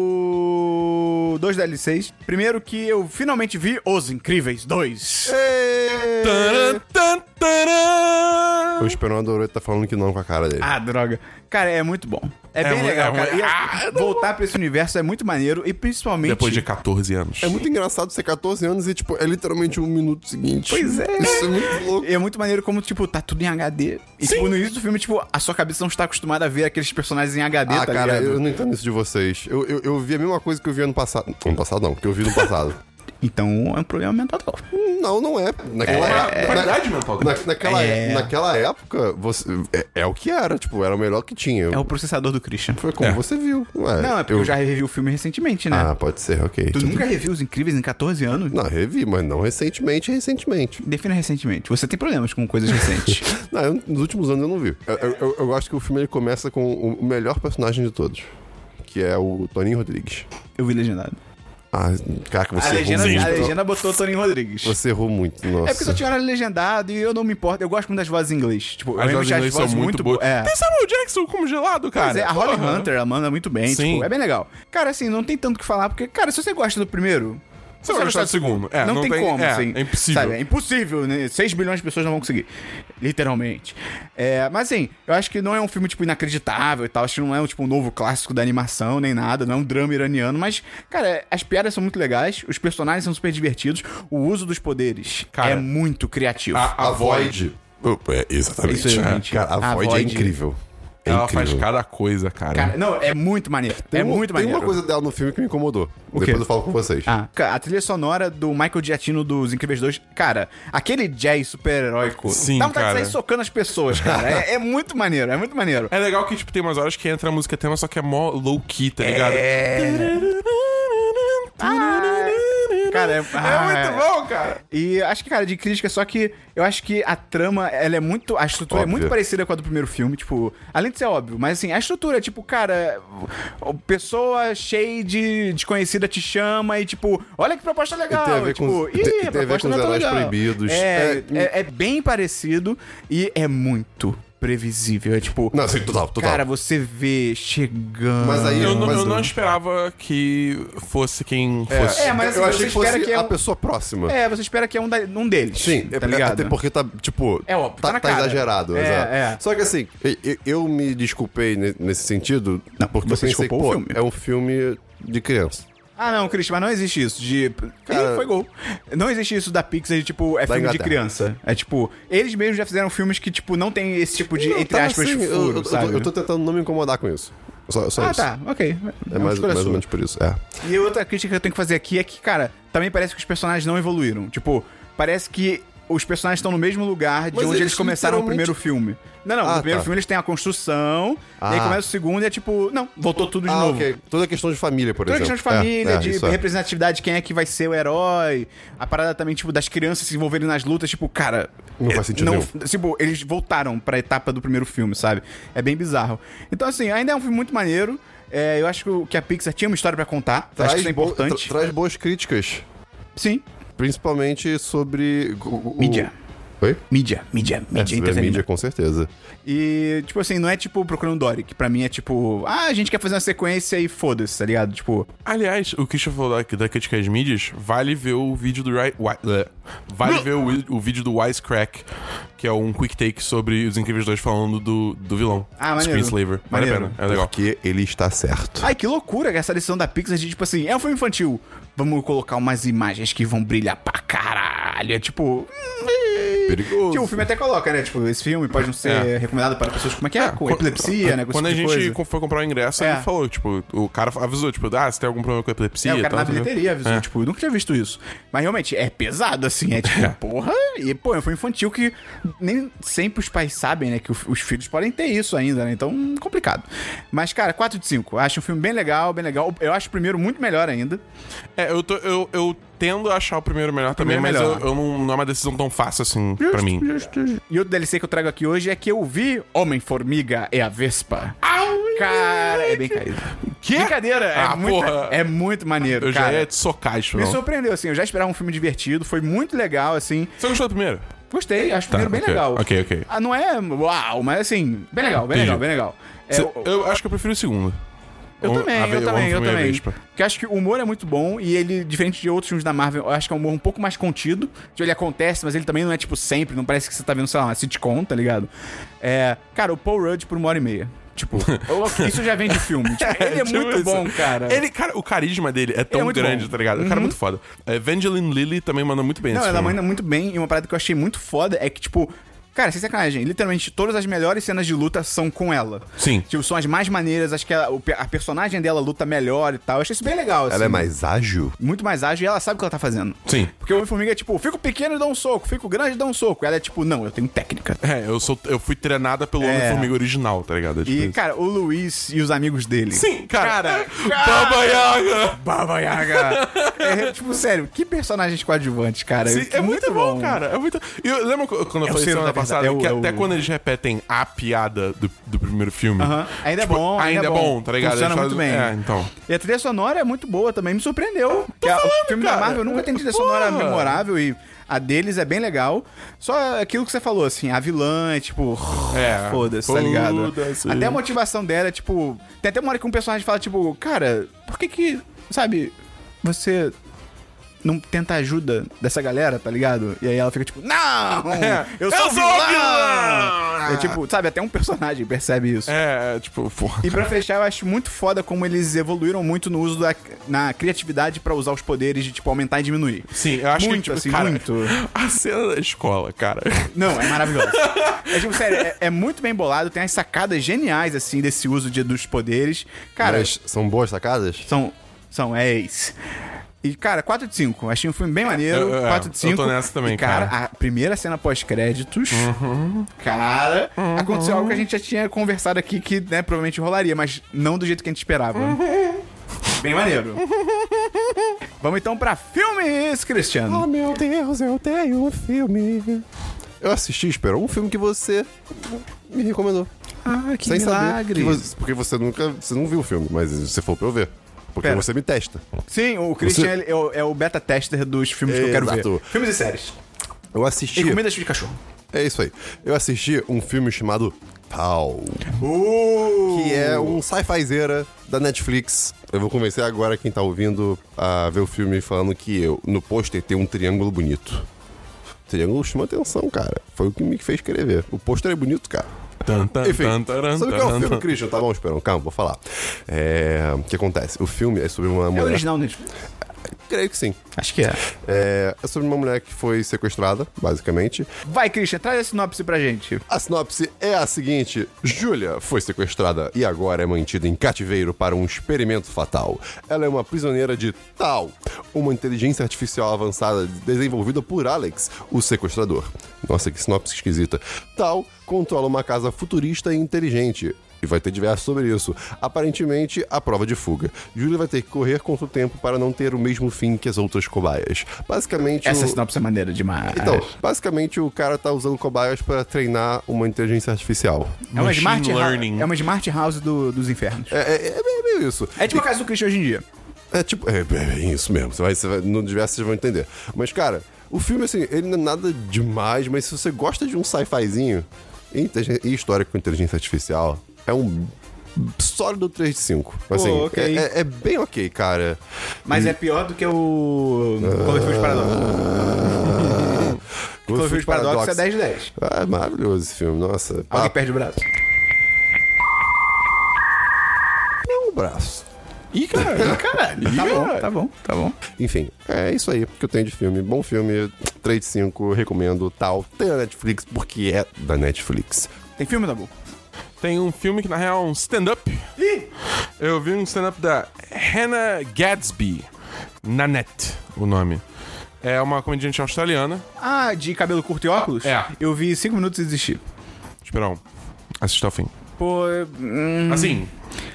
Speaker 1: tenho dois DLCs. Primeiro que eu finalmente vi Os Incríveis 2. É.
Speaker 4: Taran, tan, taran.
Speaker 2: O Esperando tá falando que não com a cara dele.
Speaker 1: Ah, droga. Cara, é muito bom. É, bem
Speaker 4: muito-
Speaker 1: legal,
Speaker 4: é
Speaker 1: cara.
Speaker 4: muito-
Speaker 1: E
Speaker 4: Ah,
Speaker 1: voltar pra esse universo é muito maneiro e principalmente...
Speaker 4: Depois de 14 anos.
Speaker 2: É muito engraçado ser 14 anos e, tipo, é literalmente um minuto seguinte.
Speaker 1: Pois é.
Speaker 2: Isso é muito louco.
Speaker 1: E é muito maneiro como, tipo, tá tudo em HD. E,
Speaker 4: Sim.
Speaker 1: tipo, no início do filme, tipo, a sua cabeça não está acostumada a ver aqueles personagens em HD,
Speaker 2: Ah,
Speaker 1: tá
Speaker 2: cara,
Speaker 1: ligado?
Speaker 2: eu não entendo isso de vocês. Eu, eu, eu vi a mesma coisa que eu vi ano passado. Ano passado não, que eu vi no passado.
Speaker 1: Então é um problema mental.
Speaker 2: não, não é. Naquela época.
Speaker 4: qualidade mental.
Speaker 2: Na- naquela,
Speaker 1: É.
Speaker 2: naquela época, você, é, é o que era, tipo, era o melhor que tinha.
Speaker 1: É o processador do Christian.
Speaker 2: Foi como
Speaker 4: É.
Speaker 2: você viu. Ué,
Speaker 1: Não, é porque eu, já revi o filme recentemente, né?
Speaker 2: Ah, pode ser, ok.
Speaker 1: tu nunca reviu Os Incríveis em 14 anos?
Speaker 2: Não, revi, mas não recentemente, recentemente.
Speaker 1: Defina recentemente. Você tem problemas com coisas recentes.
Speaker 2: Não, eu- nos últimos anos eu não vi. Eu, eu- eu- eu gosto que o filme ele começa com o melhor personagem de todos, que é o Toninho Rodrigues.
Speaker 1: eu vi legendado.
Speaker 2: Ah, caraca, você
Speaker 1: A legenda,
Speaker 2: errou muito.
Speaker 1: a legenda botou Tony Rodrigues.
Speaker 2: Você errou muito, nossa.
Speaker 1: É porque só tiraram legendado e eu não me importo. Eu gosto muito das vozes em inglês. Tipo, eu
Speaker 4: As
Speaker 1: realmente
Speaker 4: vozes em
Speaker 1: acho
Speaker 4: inglês são muito boas.
Speaker 1: É.
Speaker 4: Tem Samuel Jackson como gelado, cara.
Speaker 1: Pois é, a Holly
Speaker 4: Ah, né? Porra.
Speaker 1: Hunter, ela manda muito bem,
Speaker 4: Sim.
Speaker 1: tipo, é bem legal. Cara, assim, não tem tanto o que falar, porque, cara, se você gosta do primeiro...
Speaker 4: Você vai gostar do segundo. É,
Speaker 1: não,
Speaker 4: não
Speaker 1: tem,
Speaker 4: tem-
Speaker 1: como,
Speaker 4: é,
Speaker 1: assim.
Speaker 4: é impossível.
Speaker 1: Sabe, é impossível, né? 6 bilhões de pessoas não vão conseguir. Literalmente. É, mas, assim, eu acho que não é um filme, tipo, inacreditável e tal. Acho que não é, tipo, um novo clássico da animação, nem nada. Não é um drama iraniano, mas, cara, as piadas são muito legais, os personagens são super divertidos, o uso dos poderes
Speaker 4: Cara,
Speaker 1: é muito criativo.
Speaker 4: A, a Void.
Speaker 2: É, exatamente.
Speaker 1: Isso aí,
Speaker 2: É,
Speaker 1: gente.
Speaker 2: Cara, a,
Speaker 1: A
Speaker 2: Void, é
Speaker 1: Void-
Speaker 2: incrível. É
Speaker 4: Ela
Speaker 2: incrível.
Speaker 4: faz cada coisa, cara.
Speaker 1: Cara, não, é muito maneiro.
Speaker 2: Tem
Speaker 1: é
Speaker 2: um-
Speaker 1: muito
Speaker 2: Tem
Speaker 1: maneiro.
Speaker 2: uma coisa dela no filme que me incomodou.
Speaker 1: quê?
Speaker 2: Depois eu falo com vocês.
Speaker 1: Ah, cara, a trilha sonora do Michael Giacchino dos Incríveis 2, cara, aquele jazz super-heróico.
Speaker 4: Sim,
Speaker 1: Dá vontade
Speaker 4: cara.
Speaker 1: de sair socando as pessoas, cara. é, é muito maneiro, é muito maneiro.
Speaker 4: É legal que, tipo, tem umas horas que entra a música tema, só que é mó low-key, tá ligado?
Speaker 1: Ah. Cara, é- ah,
Speaker 4: muito bom, cara.
Speaker 1: E acho que, cara, de crítica, só que eu acho que a trama, ela é muito. A estrutura
Speaker 2: Óbvio.
Speaker 1: é muito parecida com a do primeiro filme, tipo. Além de ser óbvio, mas assim, a estrutura é tipo, cara. o- Pessoa cheia de desconhecida te chama e, tipo, olha que proposta legal.
Speaker 2: tem a ver
Speaker 1: tipo,
Speaker 2: com- tem- tem a ver
Speaker 1: proposta
Speaker 2: com
Speaker 1: não
Speaker 2: os
Speaker 1: é tão
Speaker 2: heróis
Speaker 1: legal.
Speaker 2: proibidos.
Speaker 1: É,
Speaker 2: É,
Speaker 1: é- é bem parecido e é muito previsível. É tipo.
Speaker 2: Não, assim, total, total.
Speaker 1: Cara, você vê chegando.
Speaker 2: Mas aí-
Speaker 4: Eu, não-
Speaker 2: Mas
Speaker 4: eu não
Speaker 2: não.
Speaker 4: esperava que fosse quem fosse.
Speaker 1: É, mas assim,
Speaker 2: eu
Speaker 1: você
Speaker 2: achei que
Speaker 1: espera
Speaker 2: fosse
Speaker 1: que é
Speaker 2: a
Speaker 1: um-
Speaker 2: pessoa próxima.
Speaker 1: É, você espera que é um, da- um deles.
Speaker 2: Sim,
Speaker 1: tá
Speaker 2: é-
Speaker 1: ligado?
Speaker 2: até porque tá, tipo,
Speaker 1: É óbvio, tá
Speaker 2: tá,
Speaker 1: na
Speaker 2: tá
Speaker 1: cara.
Speaker 2: exagerado.
Speaker 1: É,
Speaker 2: exato.
Speaker 1: é.
Speaker 2: Só que assim, eu- eu, eu me desculpei ne- nesse sentido, porque
Speaker 1: você
Speaker 2: eu pensei,
Speaker 1: desculpou o
Speaker 2: pô,
Speaker 1: filme.
Speaker 2: é um filme de criança.
Speaker 1: Ah, não, Christian, mas não existe isso de.
Speaker 2: Cara-
Speaker 1: Ih, foi gol. Não existe isso da Pixar de, tipo, é filme de
Speaker 2: Inglaterra.
Speaker 1: criança. É tipo, eles mesmos já fizeram filmes que, tipo, não tem esse tipo de,
Speaker 2: Não,
Speaker 1: entre
Speaker 2: tá,
Speaker 1: aspas,
Speaker 2: assim, eu- eu,
Speaker 1: furo,
Speaker 2: eu tô-
Speaker 1: sabe?
Speaker 2: eu tô tentando não me incomodar com isso. Só, só
Speaker 1: Ah,
Speaker 2: isso.
Speaker 1: tá, ok.
Speaker 2: É mais, mais ou menos por isso. É.
Speaker 1: E outra crítica que eu tenho que fazer aqui é que, cara, também parece que os personagens não evoluíram. Tipo, parece que os personagens estão no mesmo lugar de
Speaker 2: Mas
Speaker 1: onde eles,
Speaker 2: eles
Speaker 1: começaram
Speaker 2: literalmente-
Speaker 1: o primeiro filme. Não, não,
Speaker 2: Ah,
Speaker 1: no primeiro
Speaker 2: tá.
Speaker 1: filme eles têm a construção, e aí
Speaker 2: Ah.
Speaker 1: começa o segundo e é tipo, não, voltou tudo de
Speaker 2: Ah,
Speaker 1: novo.
Speaker 2: ok. Toda a questão de família, por
Speaker 1: Toda
Speaker 2: exemplo.
Speaker 1: questão de família,
Speaker 2: É, é,
Speaker 1: de
Speaker 2: isso é.
Speaker 1: representatividade, quem é que vai ser o herói. A parada também, tipo, das crianças se envolverem nas lutas, tipo, cara.
Speaker 2: Não
Speaker 1: é,
Speaker 2: faz sentido nenhum.
Speaker 1: Tipo, eles voltaram pra etapa do primeiro filme, sabe? É bem bizarro. Então, assim, ainda é um filme muito maneiro. É, eu acho que o- que a Pixar tinha uma história pra contar. acho que isso é
Speaker 2: bo-
Speaker 1: importante.
Speaker 2: tra- traz boas críticas,
Speaker 1: Sim.
Speaker 2: principalmente sobre. o- o-
Speaker 1: Mídia.
Speaker 2: Oi?
Speaker 1: Mídia, mídia,
Speaker 2: É,
Speaker 1: mídia,
Speaker 2: sobre a mídia,
Speaker 1: entretenimento.
Speaker 2: com certeza.
Speaker 1: E, tipo assim, não é tipo procurando Dory, que pra mim é tipo, ah, a gente quer fazer uma sequência e foda-se, tá ligado? Tipo,
Speaker 4: Aliás, o Christian falou da, da crítica às mídias, vale ver o vídeo do Ri- Wi- eh, vale ver o, o vídeo do Wisecrack, que é um quick take sobre os Incríveis 2 falando do, do vilão.
Speaker 1: Ah, maneiro.
Speaker 4: Screen Slaver. Vale a
Speaker 1: Maneiro.
Speaker 4: pena, é legal.
Speaker 2: Porque ele está certo.
Speaker 1: Ai, que loucura essa decisão da Pixar de, tipo assim, é um filme infantil. Vamos colocar umas imagens que vão brilhar pra caralho. É tipo.
Speaker 2: Perigoso.
Speaker 1: Tipo, o filme até coloca, né? Tipo, esse filme pode não ser
Speaker 4: É.
Speaker 1: recomendado para pessoas com, como é que é? com
Speaker 4: Quan-
Speaker 1: epilepsia, né? Com
Speaker 4: Quando a
Speaker 1: esse tipo
Speaker 4: gente
Speaker 1: de coisa.
Speaker 4: co- foi comprar o ingresso,
Speaker 1: É.
Speaker 4: ele falou, tipo, o cara avisou, tipo, ah, você tem algum problema com epilepsia
Speaker 1: É, o
Speaker 4: e
Speaker 1: cara
Speaker 4: tal.
Speaker 1: na
Speaker 4: tá ligado?
Speaker 1: bilheteria avisou,
Speaker 4: É.
Speaker 1: tipo, eu nunca tinha visto isso. Mas realmente, é pesado, assim, é tipo, porra, e pô, é um filme infantil que nem sempre os pais sabem, né, que o- os filhos podem ter isso ainda, né, então complicado. Mas, cara, 4 de 5, acho um filme bem legal, bem legal, eu acho o primeiro muito melhor ainda,
Speaker 4: É, eu, tô, eu, eu tendo a achar o primeiro melhor também,
Speaker 1: primeiro
Speaker 4: mas
Speaker 1: melhor.
Speaker 4: eu, eu não, não é uma decisão tão fácil assim pra mim.
Speaker 1: E outro DLC que eu trago aqui hoje é que eu vi Homem-Formiga é a Vespa. Cara, é bem caído.
Speaker 4: Que?
Speaker 1: Brincadeira, é,
Speaker 4: Ah,
Speaker 1: muito,
Speaker 4: porra.
Speaker 1: é muito maneiro,
Speaker 4: Eu já é
Speaker 1: cara.
Speaker 4: ia te socar isso,
Speaker 1: Me
Speaker 4: não.
Speaker 1: surpreendeu, assim, eu já esperava um filme divertido, foi muito legal, assim.
Speaker 4: Você gostou do primeiro?
Speaker 1: Gostei, acho o primeiro bem
Speaker 4: Tá, ok,
Speaker 1: legal.
Speaker 4: ok, ok.
Speaker 1: Ah, não é uau, mas assim, bem legal, bem legal,
Speaker 4: Entendi.
Speaker 1: bem legal. É,
Speaker 4: Cê-
Speaker 1: o-
Speaker 4: eu acho que eu prefiro o segundo.
Speaker 1: eu
Speaker 4: O-
Speaker 1: também,
Speaker 4: a ve-
Speaker 1: eu
Speaker 4: o
Speaker 1: também,
Speaker 4: Homem
Speaker 1: eu
Speaker 4: Formiga e a
Speaker 1: também.
Speaker 4: Vespa.
Speaker 1: Porque eu acho que o humor é muito bom e ele, diferente de outros filmes da Marvel, eu acho que é um humor um pouco mais contido. Tipo, ele acontece, mas ele também não é, tipo, sempre. Não parece que você tá vendo, sei lá, uma sitcom, tá ligado? É, cara, o Paul Rudd por uma hora e meia. Tipo, eu- isso já vem de filme. Tipo, ele é
Speaker 4: Tipo
Speaker 1: muito
Speaker 4: isso.
Speaker 1: bom, cara.
Speaker 4: Ele, cara, o carisma dele é tão
Speaker 1: muito bom.
Speaker 4: grande,
Speaker 1: Uhum.
Speaker 4: tá ligado? O cara é muito foda. A Evangeline Lilly também manda muito bem
Speaker 1: Não,
Speaker 4: nesse
Speaker 1: ela
Speaker 4: filme.
Speaker 1: manda muito bem. E uma parada que eu achei muito foda é que, tipo... Cara, sem sacanagem, literalmente todas as melhores cenas de luta são com ela.
Speaker 4: Sim.
Speaker 1: Tipo, são as mais maneiras, acho que ela- o pe- a personagem dela luta melhor e tal. Eu achei isso bem legal, assim.
Speaker 2: Ela é mais ágil?
Speaker 1: Muito mais ágil e ela sabe o que ela tá fazendo.
Speaker 4: Sim.
Speaker 1: Porque o Homem-Formiga é tipo, fico pequeno e dou um soco, fico grande e dou um soco. Ela é tipo, não, eu tenho técnica.
Speaker 4: É, eu, sou, eu fui treinada pelo
Speaker 1: É.
Speaker 4: Homem-Formiga original, tá ligado? É tipo
Speaker 1: E,
Speaker 4: isso.
Speaker 1: cara, o Luiz e os amigos dele.
Speaker 4: Sim, cara.
Speaker 1: cara.
Speaker 4: Baba Yaga!
Speaker 1: Baba Yaga! é, tipo, sério, que personagens coadjuvantes, cara.
Speaker 4: Sim,
Speaker 1: Que
Speaker 4: é muito bom, cara. É muito... E eu lembro qu- quando eu
Speaker 1: É o Ciro,
Speaker 4: falei semana
Speaker 1: na verdade.
Speaker 4: passada
Speaker 1: É o-
Speaker 4: que
Speaker 1: é o-
Speaker 4: até quando eles repetem a piada do, do primeiro filme.
Speaker 1: Aham. Ainda é bom,
Speaker 4: Ainda, é bom, tá ligado?
Speaker 1: Funciona
Speaker 4: Eles
Speaker 1: muito bem.
Speaker 4: fazem- É, então.
Speaker 1: E a trilha sonora é muito boa também, me surpreendeu. Que a- o filme da
Speaker 4: cara.
Speaker 1: Marvel nunca tem trilha sonora
Speaker 4: Porra.
Speaker 1: memorável e a deles é bem legal. Só aquilo que você falou, assim, a vilã é tipo.
Speaker 4: É.
Speaker 1: Foda-se, tá ligado?
Speaker 4: Foda-se.
Speaker 1: Até a motivação dela é tipo. Tem até uma hora que um personagem fala, tipo, cara, por que que. Sabe, você. não tenta ajuda dessa galera, tá ligado? E aí ela fica tipo, não!
Speaker 4: É.
Speaker 1: Eu sou,
Speaker 4: Eu
Speaker 1: o
Speaker 4: sou o
Speaker 1: vilão!
Speaker 4: vilão!
Speaker 1: É tipo, sabe, até um personagem percebe isso.
Speaker 4: É, tipo, porra.
Speaker 1: E pra fechar, eu acho muito foda como eles evoluíram muito no uso da na criatividade pra usar os poderes de, tipo, aumentar e diminuir.
Speaker 4: Sim, eu acho
Speaker 1: muito,
Speaker 4: que, tipo,
Speaker 1: assim,
Speaker 4: cara,
Speaker 1: muito.
Speaker 4: a cena da escola, cara.
Speaker 1: Não, é maravilhoso. é tipo, sério, é, é muito bem bolado, tem as sacadas geniais, assim, desse uso de, dos poderes. Cara,
Speaker 2: Mas são boas sacadas?
Speaker 1: são, são ex. E, cara, 4 de 5. Achei um filme bem maneiro.
Speaker 4: Eu- eu- é,
Speaker 1: 4 de
Speaker 4: eu
Speaker 1: 5.
Speaker 4: tô nessa também,
Speaker 1: e, cara. A primeira cena pós-créditos. Cara, aconteceu algo que a gente já tinha conversado aqui que, né, provavelmente rolaria, mas não do jeito que a gente esperava. Bem maneiro. Vamos então pra filmes, Cristiano.
Speaker 2: Oh, meu Deus, eu tenho um filme. Eu assisti, espera, um filme que você me recomendou.
Speaker 1: Ah, que
Speaker 2: sem saber.
Speaker 1: milagre.
Speaker 2: que você- porque você nunca. Você não viu o filme, mas você foi pra eu ver. Porque
Speaker 1: Pera.
Speaker 2: você me testa.
Speaker 1: Sim, o Christian ele é, o, é o beta tester dos filmes que eu quero
Speaker 2: Exato.
Speaker 1: ver. Filmes e séries.
Speaker 2: Eu
Speaker 1: E
Speaker 2: assisti.
Speaker 1: comidas de cachorro.
Speaker 2: É isso aí. Eu assisti um filme chamado Pau.
Speaker 1: Uh!
Speaker 4: Uhum.
Speaker 2: que é um sci-fizeira da Netflix. Eu vou convencer agora quem tá ouvindo a ver o filme falando que eu, no pôster tem um triângulo bonito. O triângulo chama atenção, cara. Foi o que me fez querer ver. O pôster é bonito, cara.
Speaker 4: Tan, tan,
Speaker 2: Enfim,
Speaker 4: tan, taran,
Speaker 2: sabe o que é o
Speaker 4: taran,
Speaker 2: filme,
Speaker 4: tan.
Speaker 2: Christian? Tá bom, Esperão, calma, vou falar. É, O que acontece? O filme é sobre uma
Speaker 1: É
Speaker 2: mulher...
Speaker 1: original, né?
Speaker 2: Creio que sim.
Speaker 1: Acho que é.
Speaker 2: É, é sobre uma mulher que foi sequestrada, basicamente.
Speaker 1: Vai, Christian, traz a sinopse pra gente.
Speaker 2: A sinopse é a seguinte: Júlia foi sequestrada e agora é mantida em cativeiro para um experimento fatal. Ela é uma prisioneira de Tal, uma inteligência artificial avançada desenvolvida por Alex, o sequestrador. Nossa, que sinopse esquisita. Tal controla uma casa futurista e inteligente. E vai ter diversos sobre isso. Aparentemente, a prova de fuga. Júlia vai ter que correr contra o tempo para não ter o mesmo fim que as outras cobaias. Basicamente.
Speaker 1: Essa
Speaker 2: o-
Speaker 1: sinopse é maneira demais.
Speaker 2: então, basicamente o cara tá usando cobaias pra treinar uma inteligência artificial.
Speaker 1: é uma
Speaker 4: Machine
Speaker 1: smart
Speaker 4: learning.
Speaker 1: house. É uma smart house do- dos infernos.
Speaker 2: É, é- é meio- meio isso.
Speaker 1: É tipo a casa do Christian hoje em dia.
Speaker 2: É tipo. É, é isso mesmo. Você vai, você vai- no diverso vocês vão entender. Mas, cara, o filme, assim, ele não é nada demais, mas se você gosta de um sci-fizinho e inte- e história com inteligência artificial, é um sólido 3 de 5. Assim,
Speaker 1: ok.
Speaker 2: é, é- é bem ok, cara.
Speaker 1: Mas é pior do que o. Cloverfield Paradox. Cloverfield Paradox é 10 de 10.
Speaker 2: Ah, é maravilhoso esse filme, nossa.
Speaker 1: Alguém
Speaker 2: Ah,
Speaker 1: perde o braço.
Speaker 2: é um braço.
Speaker 4: Ih, cara.
Speaker 1: Caralho. Tá bom, tá bom, tá bom.
Speaker 2: Enfim, é isso aí que eu tenho de filme. Bom filme, 3 de 5, recomendo tal. Tem na Netflix, porque é da Netflix.
Speaker 1: Tem filme, Dabu?
Speaker 4: Tem um filme que, na real, é um stand-up. Eu vi um stand-up da Hannah Gadsby. Nanette, o nome. É uma comediante australiana.
Speaker 1: Ah, de cabelo curto e óculos?
Speaker 4: É.
Speaker 1: Eu vi 5 minutos e desisti.
Speaker 4: Esperão, um, assista ao fim.
Speaker 1: Pô. hum,
Speaker 4: Assim,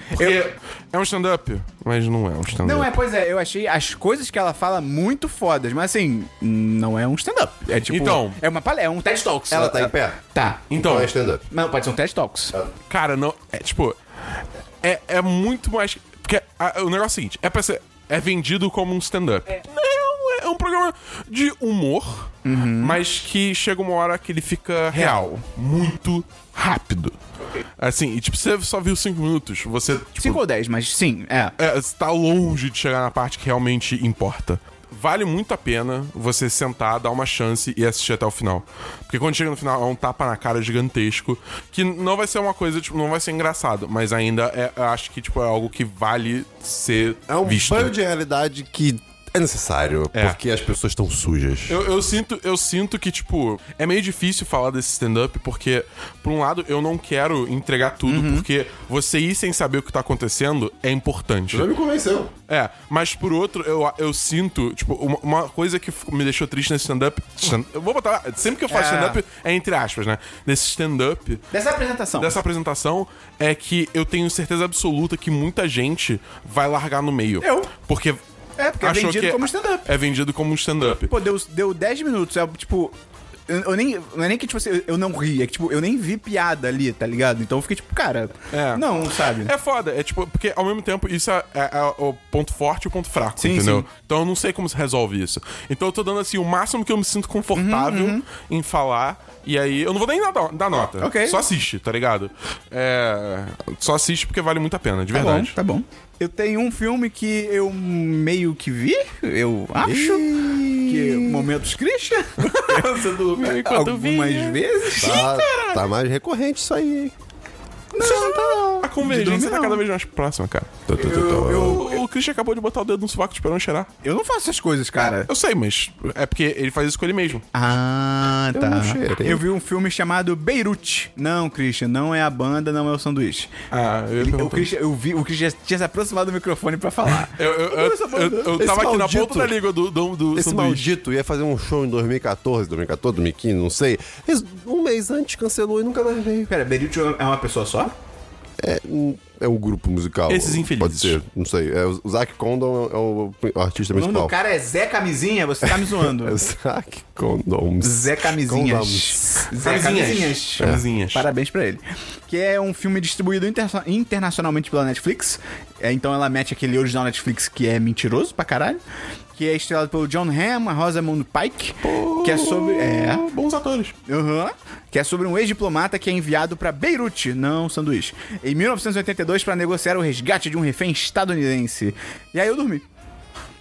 Speaker 4: porque é um stand-up, mas não é um stand-up.
Speaker 1: Não, é, pois é, eu achei as coisas que ela fala muito fodas, mas assim, não é um stand-up. É tipo.
Speaker 4: Então.
Speaker 1: É uma palestra, é um TED Talks.
Speaker 2: Ela tá em pé?
Speaker 1: Tá.
Speaker 4: Então,
Speaker 2: é stand-up.
Speaker 1: Não, pode ser um TED Talks.
Speaker 4: cara, não. É tipo. É, é muito mais. Porque a- o negócio é o seguinte: é pra ser. É vendido como um stand-up. Não, é um programa de humor, mas que chega uma hora que ele fica real. Muito rápido. Assim, e tipo, você só viu cinco minutos, você. Tipo,
Speaker 1: 5 ou 10, mas sim, é.
Speaker 4: É, você tá longe de chegar na parte que realmente importa. Vale muito a pena você sentar, dar uma chance e assistir até o final. Porque quando chega no final, é um tapa na cara gigantesco. Que não vai ser uma coisa, tipo, não vai ser engraçado. Mas ainda é, eu acho que, tipo, é algo que vale ser
Speaker 2: É um
Speaker 4: visto.
Speaker 2: banho de realidade que é necessário,
Speaker 4: É.
Speaker 2: porque as pessoas estão sujas.
Speaker 4: Eu, eu sinto, eu sinto que, tipo, é meio difícil falar desse stand-up, porque, por um lado, eu não quero entregar tudo,
Speaker 2: Uhum.
Speaker 4: porque você ir sem saber o que tá acontecendo é importante.
Speaker 2: Já me convenceu.
Speaker 4: É, mas por outro, eu, eu sinto, tipo, uma, uma coisa que f- me deixou triste nesse stand-up. stand- eu vou botar. Sempre que eu faço
Speaker 1: É.
Speaker 4: stand-up, é entre aspas, né? Nesse stand-up,
Speaker 1: Dessa apresentação.
Speaker 4: dessa apresentação, é que eu tenho certeza absoluta que muita gente vai largar no meio.
Speaker 1: Eu.
Speaker 4: Porque.
Speaker 1: É, porque é
Speaker 4: achou
Speaker 1: vendido como stand-up.
Speaker 4: É vendido como um stand-up.
Speaker 1: Pô, deu, deu 10 minutos. É tipo. Eu, eu nem, não é nem que, tipo assim, eu- eu não ri, é que, tipo, eu nem vi piada ali, tá ligado? Então eu fiquei, tipo, cara,
Speaker 4: É.
Speaker 1: não, sabe?
Speaker 4: É foda, é tipo, porque ao mesmo tempo isso é, é- é o ponto forte e o ponto fraco,
Speaker 1: Sim,
Speaker 4: entendeu?
Speaker 1: sim.
Speaker 4: Então eu não sei como se resolve isso. Então eu tô dando assim o máximo que eu me sinto confortável
Speaker 1: Uhum,
Speaker 4: em falar. E aí, eu não vou nem dar, no- dar nota.
Speaker 1: Ok.
Speaker 4: Só assiste, tá ligado? É. Só assiste porque vale muito a pena, de
Speaker 1: Tá bom,
Speaker 4: verdade.
Speaker 1: tá bom. Eu tenho um filme que eu meio que vi, eu acho. Que é Momentos Christian.
Speaker 4: Você dormiu enquanto
Speaker 1: Algumas vezes.
Speaker 2: Tá, tá mais recorrente isso aí, hein?
Speaker 4: A convergência tá cada vez mais próxima, cara. O- O Christian acabou de botar o dedo no sovaco esperando cheirar.
Speaker 1: Eu não faço essas coisas, cara.
Speaker 4: Eu sei, mas é porque ele faz isso com ele mesmo.
Speaker 1: Ah, tá.
Speaker 2: não cheirei.
Speaker 1: Eu vi um filme chamado Beirute. Não, Christian, não é a banda, não é o sanduíche.
Speaker 4: Ah, eu ia
Speaker 1: Ele- o
Speaker 4: perguntar.
Speaker 1: Christian, eu vi, o Christian já tinha se aproximado do microfone pra falar.
Speaker 4: Eu, eu, eu, eu- eu
Speaker 2: Esse
Speaker 4: tava aqui na
Speaker 2: maldito.
Speaker 4: ponta da língua do, do, do
Speaker 2: Esse
Speaker 4: sanduíche.
Speaker 2: maldito ia fazer um show em 2014, 2014, 2015, não sei. Esse- Um mês antes cancelou e nunca mais veio.
Speaker 1: Pera, Beirute é uma pessoa só?
Speaker 2: Um- É um grupo musical.
Speaker 4: Esses
Speaker 2: Pode
Speaker 4: infelizes.
Speaker 2: ser, não sei. É, o Zac Condon é o, é o artista
Speaker 1: O nome
Speaker 2: principal.
Speaker 1: do cara é Zé Camisinha, você tá me zoando.
Speaker 2: É Zac Condon.
Speaker 1: Zé Camisinhas. Zé
Speaker 4: Camisinhas.
Speaker 1: Camisinhas. É.
Speaker 4: Camisinhas.
Speaker 1: Parabéns pra ele. Que é um filme distribuído interna- internacionalmente pela Netflix. É, então ela mete aquele original Netflix que é mentiroso pra caralho. Que é estrelado pelo John Hamm, a Rosamund Pike. Que é sobre. É.
Speaker 4: Ah, Bons atores.
Speaker 1: Aham. Que é sobre um ex-diplomata que é enviado pra Beirute, não sanduíche, em 1982 pra negociar o resgate de um refém estadunidense. E aí eu dormi.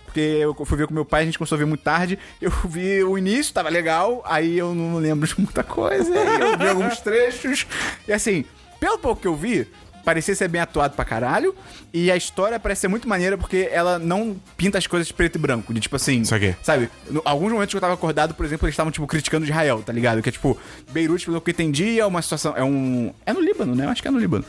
Speaker 1: Porque eu fui ver com meu pai, a gente começou a ver muito tarde. Eu vi o início, tava legal, aí eu não lembro de muita coisa. aí eu vi alguns trechos. E assim, pelo pouco que eu vi, parecia ser bem atuado pra caralho. E a história parece ser muito maneira porque ela não pinta as coisas de preto e branco. De tipo assim.
Speaker 4: Isso aqui.
Speaker 1: Sabe? No- alguns momentos que eu tava acordado, por exemplo, eles estavam, tipo, criticando Israel, tá ligado? Que é tipo, Beirute, pelo que eu entendi, é uma situação. É um. É no Líbano, né? Eu acho que é no Líbano.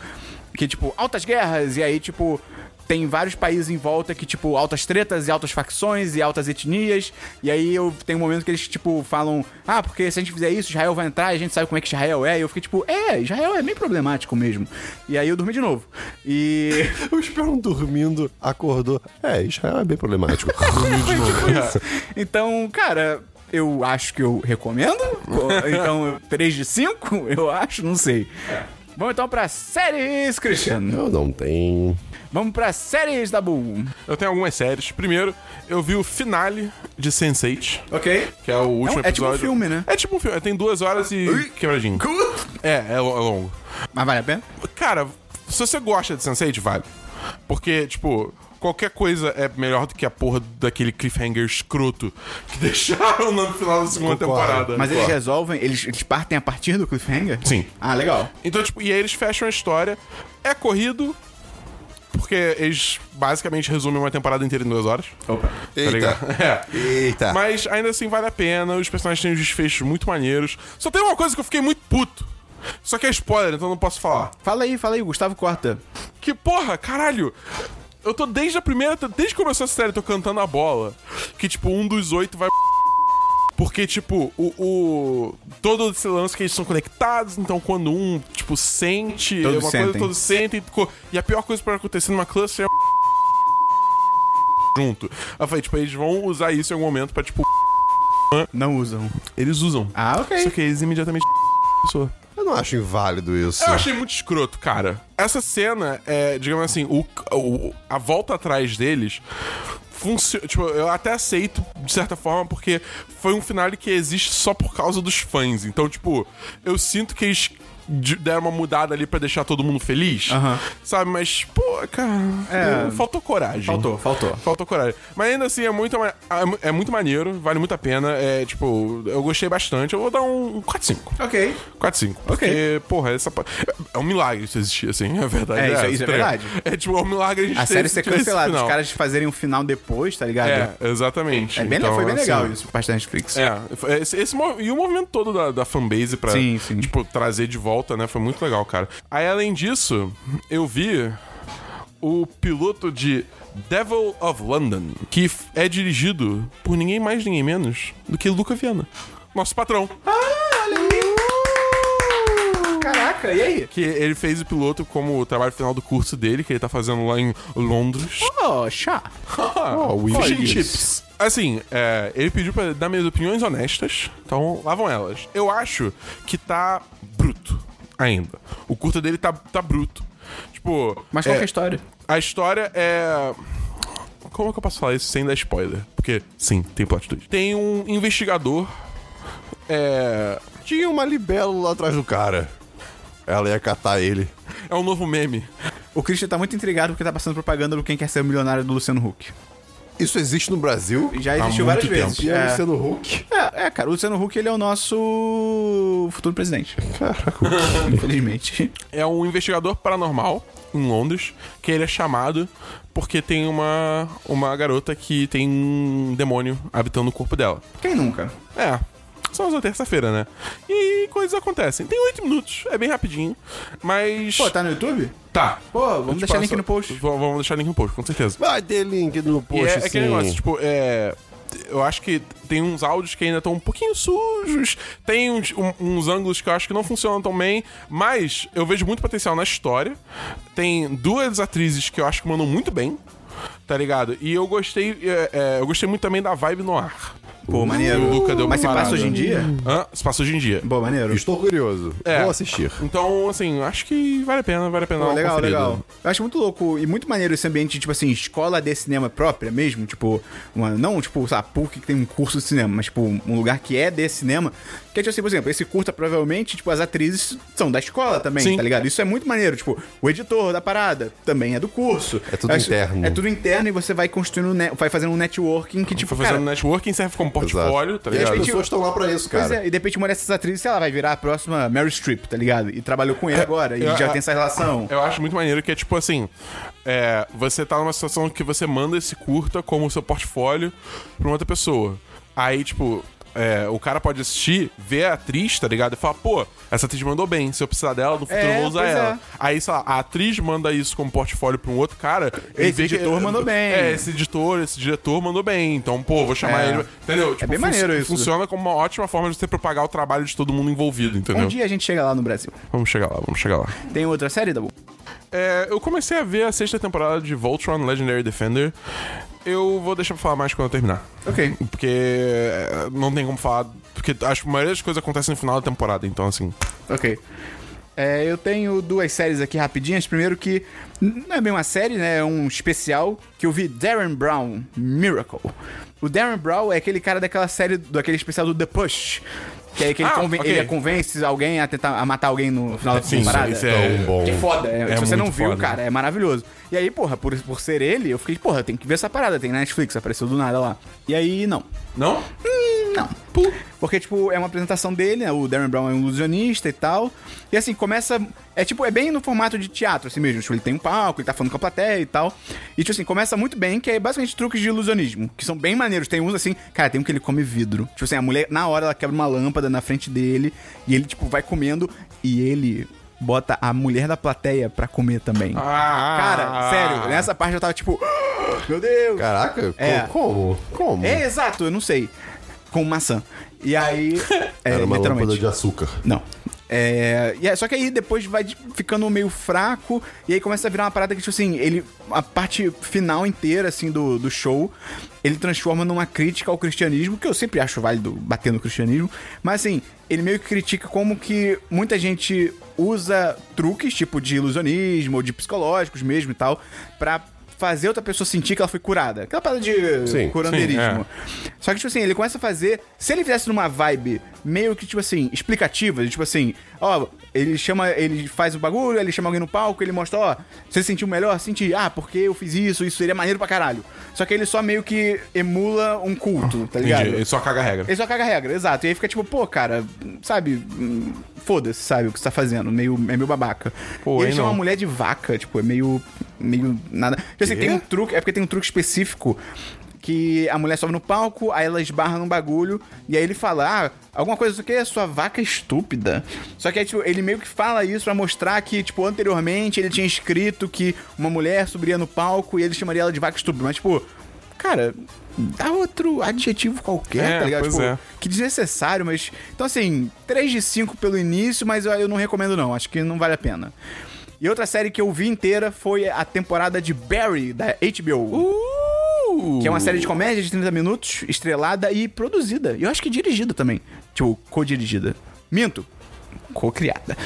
Speaker 1: Que, tipo, altas guerras, e aí, tipo. Tem vários países em volta que, tipo, altas tretas e altas facções e altas etnias. E aí eu tem um momento que eles, tipo, falam: Ah, porque se a gente fizer isso, Israel vai entrar, e a gente sabe como é que Israel é. E eu fiquei, tipo, é, Israel é bem problemático mesmo. E aí eu dormi de novo. E.
Speaker 2: O Esperon dormindo, acordou. É, Israel é bem problemático.
Speaker 4: tipo
Speaker 1: Então, cara, eu acho que eu recomendo. Então, 3 de 5, eu acho, não sei. Vamos então pra séries, Christian.
Speaker 2: Eu não tenho.
Speaker 1: Vamos pra séries, Dabu.
Speaker 4: Eu tenho algumas séries. Primeiro, eu vi o finale de Sense8,
Speaker 1: Ok.
Speaker 4: que é o
Speaker 1: É um-
Speaker 4: último episódio.
Speaker 1: é tipo um filme, né?
Speaker 4: É tipo um filme. Tem duas horas e
Speaker 1: Ui.
Speaker 4: quebradinho. É, é lo- é longo.
Speaker 1: Mas vale a pena?
Speaker 4: Cara, se você gosta de Sense8, vale. Porque, tipo, qualquer coisa é melhor do que a porra daquele cliffhanger escroto que deixaram no final da segunda
Speaker 2: Concordo.
Speaker 4: temporada.
Speaker 1: Mas eles resolvem, eles, eles partem a partir do cliffhanger?
Speaker 4: Sim.
Speaker 1: Ah, legal.
Speaker 4: Então, tipo, e aí eles fecham a história. É corrido, porque eles basicamente resumem uma temporada inteira em duas horas.
Speaker 1: Opa.
Speaker 4: Tá
Speaker 2: Eita.
Speaker 4: ligado? É.
Speaker 2: Eita.
Speaker 4: Mas ainda assim vale a pena, os personagens têm uns desfechos muito maneiros. Só tem uma coisa que eu fiquei muito puto. Só que é spoiler, então não posso falar.
Speaker 1: Fala aí, fala aí, Gustavo corta.
Speaker 4: Que porra, caralho! Eu tô desde a primeira. Desde que começou essa série, eu tô cantando a bola. Que, tipo, um dos oito vai. Porque, tipo, o, o- Todo esse lance que eles são conectados, então quando um, tipo, sente
Speaker 1: Todos
Speaker 4: uma coisa,
Speaker 1: sentem.
Speaker 4: todos sentem. co- E a pior coisa pra acontecer numa cluster é. junto. Eu falei, tipo, eles vão usar isso em algum momento pra, tipo.
Speaker 1: Não usam.
Speaker 4: Eles usam.
Speaker 1: Ah,
Speaker 4: Só
Speaker 1: ok.
Speaker 4: que eles imediatamente. pessoa.
Speaker 2: Eu não acho inválido isso.
Speaker 4: Eu achei muito escroto, cara. Essa cena, é, digamos assim, o, o- a volta atrás deles. funcio- Tipo, eu até aceito, de certa forma, porque foi um finale que existe só por causa dos fãs. Então, tipo, eu sinto que eles de- deram uma mudada ali pra deixar todo mundo feliz.
Speaker 1: Aham.
Speaker 4: Sabe, mas, pô, cara,
Speaker 1: É.
Speaker 4: eu- faltou coragem.
Speaker 1: Faltou, faltou.
Speaker 4: Faltou coragem. Mas ainda assim, é muito, ma- é muito maneiro, vale muito a pena. É, tipo, eu gostei bastante. Eu vou dar um 4-5.
Speaker 1: Ok.
Speaker 4: 4, 5. Porque, porra, essa. pa- É um milagre isso existir, assim, é verdade.
Speaker 1: É, isso é-
Speaker 4: essa,
Speaker 1: isso é
Speaker 4: tá ligado?
Speaker 1: verdade.
Speaker 4: É tipo, é um milagre a gente
Speaker 1: A
Speaker 4: ter
Speaker 1: série ser
Speaker 4: tido esse
Speaker 1: cancelada, os
Speaker 4: é final.
Speaker 1: caras fazerem um final depois, tá ligado? É,
Speaker 4: É, exatamente.
Speaker 1: bem,
Speaker 4: Então,
Speaker 1: foi bem
Speaker 4: assim,
Speaker 1: legal isso, parte da Netflix.
Speaker 4: É, foi- esse, esse mov- e o movimento todo da, da fanbase pra,
Speaker 1: Sim, sim.
Speaker 4: tipo, trazer de volta, né? Foi muito legal, cara. Aí, além disso, eu vi o piloto de Devil of London, que f- é dirigido por ninguém mais, ninguém menos do que Luca Viana, nosso patrão. é.
Speaker 1: Caraca, Caraca, e aí?
Speaker 4: Que ele fez o piloto como o trabalho final do curso dele, que ele tá fazendo lá em Londres.
Speaker 1: Oh, chá.
Speaker 4: Oh,
Speaker 2: Willis.
Speaker 4: chips. Assim, é, ele pediu pra dar minhas opiniões honestas, então lá vão elas. Eu acho que tá bruto ainda. O curta dele tá, tá bruto. Tipo.
Speaker 1: Mas qual
Speaker 4: é,
Speaker 1: que é a história?
Speaker 4: a história é. Como é que eu posso falar isso sem dar spoiler? Porque, sim, tem plot twist. Tem um investigador. É.
Speaker 2: Tinha uma libélula lá atrás do cara. Ela ia catar ele.
Speaker 4: É um novo meme.
Speaker 1: O Christian tá muito intrigado porque tá passando propaganda do Quem Quer Ser o Milionário do Luciano Huck.
Speaker 2: Isso existe no Brasil?
Speaker 1: Já existiu
Speaker 4: muito
Speaker 1: várias
Speaker 4: tempo.
Speaker 1: vezes.
Speaker 2: E é
Speaker 1: É.
Speaker 2: Luciano Huck?
Speaker 1: É, é, cara, o Luciano Huck ele é o nosso futuro presidente. Caraca. Infelizmente.
Speaker 4: É um investigador paranormal em Londres, que ele é chamado porque tem uma, uma garota que tem um demônio habitando o corpo dela.
Speaker 1: Quem nunca?
Speaker 4: É. Só na terça-feira, né? E coisas acontecem. Tem oito minutos, é bem rapidinho. Mas.
Speaker 1: Pô, tá no YouTube?
Speaker 4: tá.
Speaker 1: Pô,
Speaker 4: Eu
Speaker 1: vamos
Speaker 4: te
Speaker 1: deixar
Speaker 4: passo-
Speaker 1: link no post.
Speaker 4: Vamos vamos deixar link no post, com certeza.
Speaker 2: Vai ter link no
Speaker 4: E
Speaker 2: post,
Speaker 4: é, é
Speaker 2: assim.
Speaker 4: aquele negócio, tipo, é. Eu acho que tem uns áudios que ainda estão um pouquinho sujos, tem uns, um- uns ângulos que eu acho que não funcionam tão bem, mas eu vejo muito potencial na história. Tem duas atrizes que eu acho que mandam muito bem, tá ligado? E eu gostei, é, é, eu gostei muito também da vibe no ar.
Speaker 1: Pô, maneiro.
Speaker 4: O Luca deu
Speaker 1: Mas se
Speaker 4: uma
Speaker 1: passa
Speaker 4: parada.
Speaker 1: hoje em dia?
Speaker 4: Hã? Se passa hoje em dia.
Speaker 1: Pô, maneiro.
Speaker 2: Estou curioso.
Speaker 4: É.
Speaker 2: Vou assistir.
Speaker 4: Então, assim, eu acho que vale a pena, vale a pena. dar
Speaker 1: Pô,
Speaker 4: uma
Speaker 1: legal,
Speaker 4: conferida.
Speaker 1: legal. Eu acho muito louco e muito maneiro esse ambiente, tipo assim, escola de cinema própria mesmo, tipo, uma, não tipo, sei lá, PUC que tem um curso de cinema, mas tipo, um lugar que é de cinema. Que é tipo assim, por exemplo, esse curta provavelmente, tipo, as atrizes são da escola também,
Speaker 4: Sim.
Speaker 1: tá ligado? Isso é muito maneiro, tipo, o editor da parada também é do curso.
Speaker 2: É tudo
Speaker 1: Eu
Speaker 2: interno.
Speaker 1: É tudo interno e você vai construindo, ne- vai fazendo um networking que, tipo,
Speaker 4: Foi fazendo né,
Speaker 1: cara,
Speaker 4: networking, serve como portfólio, tá
Speaker 2: e as
Speaker 4: ligado?
Speaker 1: gente-
Speaker 2: pessoas estão lá pra isso,
Speaker 1: Pois
Speaker 2: cara.
Speaker 1: é, e de repente uma dessas atrizes, sei lá, vai virar a próxima Mary Streep, tá ligado? E trabalhou com ele agora, e
Speaker 4: É, eu-
Speaker 1: já
Speaker 4: eu-
Speaker 1: tem essa relação.
Speaker 4: Eu acho muito maneiro que é tipo assim: é, você tá numa situação que você manda esse curta como seu portfólio pra uma outra pessoa. Aí, tipo, é, o cara pode assistir, ver a atriz, tá ligado? E falar, pô, essa atriz mandou bem, se eu precisar dela, no futuro
Speaker 1: É,
Speaker 4: eu vou usar
Speaker 1: pois
Speaker 4: ela.
Speaker 1: é.
Speaker 4: Aí, sei lá, a atriz manda isso como portfólio pra um outro cara. ele
Speaker 1: Esse
Speaker 4: vê que-
Speaker 1: editor mandou bem.
Speaker 4: É, esse editor, esse diretor mandou bem. Então, pô, vou chamar
Speaker 1: É.
Speaker 4: ele. Entendeu? Tipo,
Speaker 1: bem
Speaker 4: func-
Speaker 1: maneiro isso.
Speaker 4: Funciona como uma ótima forma de você propagar o trabalho de todo mundo envolvido, entendeu?
Speaker 1: Um dia a gente chega lá no Brasil.
Speaker 4: Vamos chegar lá, vamos chegar lá.
Speaker 1: Tem outra série, Dabu?
Speaker 4: É, eu comecei a ver a sexta temporada de Voltron Legendary Defender. Eu vou deixar pra falar mais quando eu terminar.
Speaker 1: Ok.
Speaker 4: Porque é, não tem como falar. Porque acho que a maioria das coisas acontece no final da temporada, então assim.
Speaker 1: Ok. É, eu tenho duas séries aqui rapidinhas. Primeiro que n- não é bem uma série, né? É um especial que eu vi Darren Brown, Miracle. O Darren Brown é aquele cara daquela série, daquele especial do The Push. Que é que ele,
Speaker 4: Ah,
Speaker 1: conven-
Speaker 4: ok.
Speaker 1: ele convence alguém a tentar a matar alguém no final da
Speaker 4: Sim,
Speaker 1: temporada.
Speaker 4: isso é-
Speaker 2: Tão bom.
Speaker 1: Que é foda. é,
Speaker 4: É
Speaker 1: se você não
Speaker 4: muito
Speaker 1: viu,
Speaker 4: foda.
Speaker 1: cara, é maravilhoso. E aí, porra, por, por ser ele, eu fiquei, porra, tem que ver essa parada. Tem Netflix, apareceu do nada lá. E aí, não.
Speaker 4: Não?
Speaker 1: Não. Porque, tipo, é uma apresentação dele, né? O Darren Brown é um ilusionista e tal. E assim, começa. É tipo, é bem no formato de teatro, assim mesmo. Tipo, ele tem um palco, ele tá falando com a plateia e tal. E, tipo assim, começa muito bem, que é basicamente truques de ilusionismo, que são bem maneiros. Tem uns assim, cara, tem um que ele come vidro. Tipo assim, a mulher, na hora, ela quebra uma lâmpada na frente dele e ele, tipo, vai comendo e ele bota a mulher da plateia pra comer também.
Speaker 4: Ah,
Speaker 1: Cara, sério, nessa parte eu tava tipo, meu Deus!
Speaker 2: Caraca, co-
Speaker 1: É.
Speaker 2: como? Como?
Speaker 1: É exato, eu não sei. Com maçã. E aí. é,
Speaker 2: Era uma
Speaker 1: literalmente.
Speaker 2: lâmpada de açúcar.
Speaker 1: Não. É, e é- só que aí depois vai de- ficando meio fraco, e aí começa a virar uma parada que, tipo assim, ele. A parte final inteira, assim, do, do show, ele transforma numa crítica ao cristianismo, que eu sempre acho válido bater no cristianismo, mas assim, ele meio que critica como que muita gente usa truques, tipo de ilusionismo, ou de psicológicos mesmo e tal, pra fazer outra pessoa sentir que ela foi curada. Aquela parada de
Speaker 2: Sim,
Speaker 1: curanderismo.
Speaker 4: sim, é.
Speaker 1: Só que, tipo assim, ele começa a fazer. Se ele fizesse numa vibe meio que, tipo assim, explicativa, de, tipo assim, ó, ele chama, ele faz o bagulho, ele chama alguém no palco, ele mostra, ó, você se sentiu melhor? Senti, ah, porque eu fiz isso, isso seria maneiro pra caralho. Só que ele só meio que emula um culto, tá ligado?
Speaker 4: Entendi, ele só caga a regra.
Speaker 1: Ele só caga a regra, exato. E aí fica tipo, pô, cara, sabe, hum, foda-se, sabe, o que você tá fazendo. Meio, é meio babaca.
Speaker 4: Pô,
Speaker 1: e ele
Speaker 4: aí
Speaker 1: chama
Speaker 4: não.
Speaker 1: a mulher de vaca, tipo, é meio. meio nada. Tipo assim,
Speaker 4: Quê?
Speaker 1: tem um truque, é porque tem um truque específico. Que a mulher sobe no palco, aí ela esbarra num bagulho, e aí ele fala, ah, alguma coisa, isso aqui é sua vaca estúpida. Só que aí, tipo, ele meio que fala isso pra mostrar que, tipo, anteriormente ele tinha escrito que uma mulher subiria no palco e ele chamaria ela de vaca estúpida. Mas, tipo, cara, dá outro adjetivo qualquer,
Speaker 4: É,
Speaker 1: tá ligado?
Speaker 4: pois
Speaker 1: Tipo,
Speaker 4: é.
Speaker 1: Que desnecessário, mas. Então, assim, 3 de 5 pelo início, mas eu- eu não recomendo, não. Acho que não vale a pena. E outra série que eu vi inteira foi a temporada de Barry, da HBO.
Speaker 4: Uh!
Speaker 1: Que é uma série de comédia de 30 minutos, estrelada e produzida. E eu acho que dirigida também. Tipo, co-dirigida. Minto. Co-criada.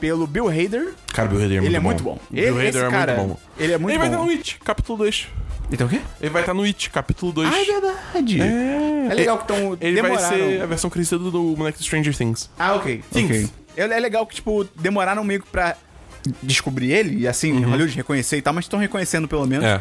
Speaker 1: Pelo Bill Hader.
Speaker 4: Cara, Bill Hader é
Speaker 1: ele é muito
Speaker 4: muito bom.
Speaker 1: bom.
Speaker 4: Bill
Speaker 1: Ele-
Speaker 4: Hader
Speaker 1: esse
Speaker 4: é muito
Speaker 1: cara,
Speaker 4: bom.
Speaker 1: Ele é muito
Speaker 4: ele vai estar
Speaker 1: bom.
Speaker 4: no It, capítulo 2.
Speaker 1: Então o quê?
Speaker 4: Ele vai estar no It, capítulo 2.
Speaker 1: Ah, é verdade.
Speaker 4: É.
Speaker 1: É legal que estão
Speaker 4: Ele
Speaker 1: demoraram.
Speaker 4: vai ser a versão crescida do moleque do Stranger Things.
Speaker 1: Ah, ok.
Speaker 4: Things.
Speaker 1: ok. É, é legal que, tipo, demoraram meio que pra descobrir ele, e assim, Hollywood reconhecer e tal, mas estão reconhecendo pelo menos.
Speaker 4: É.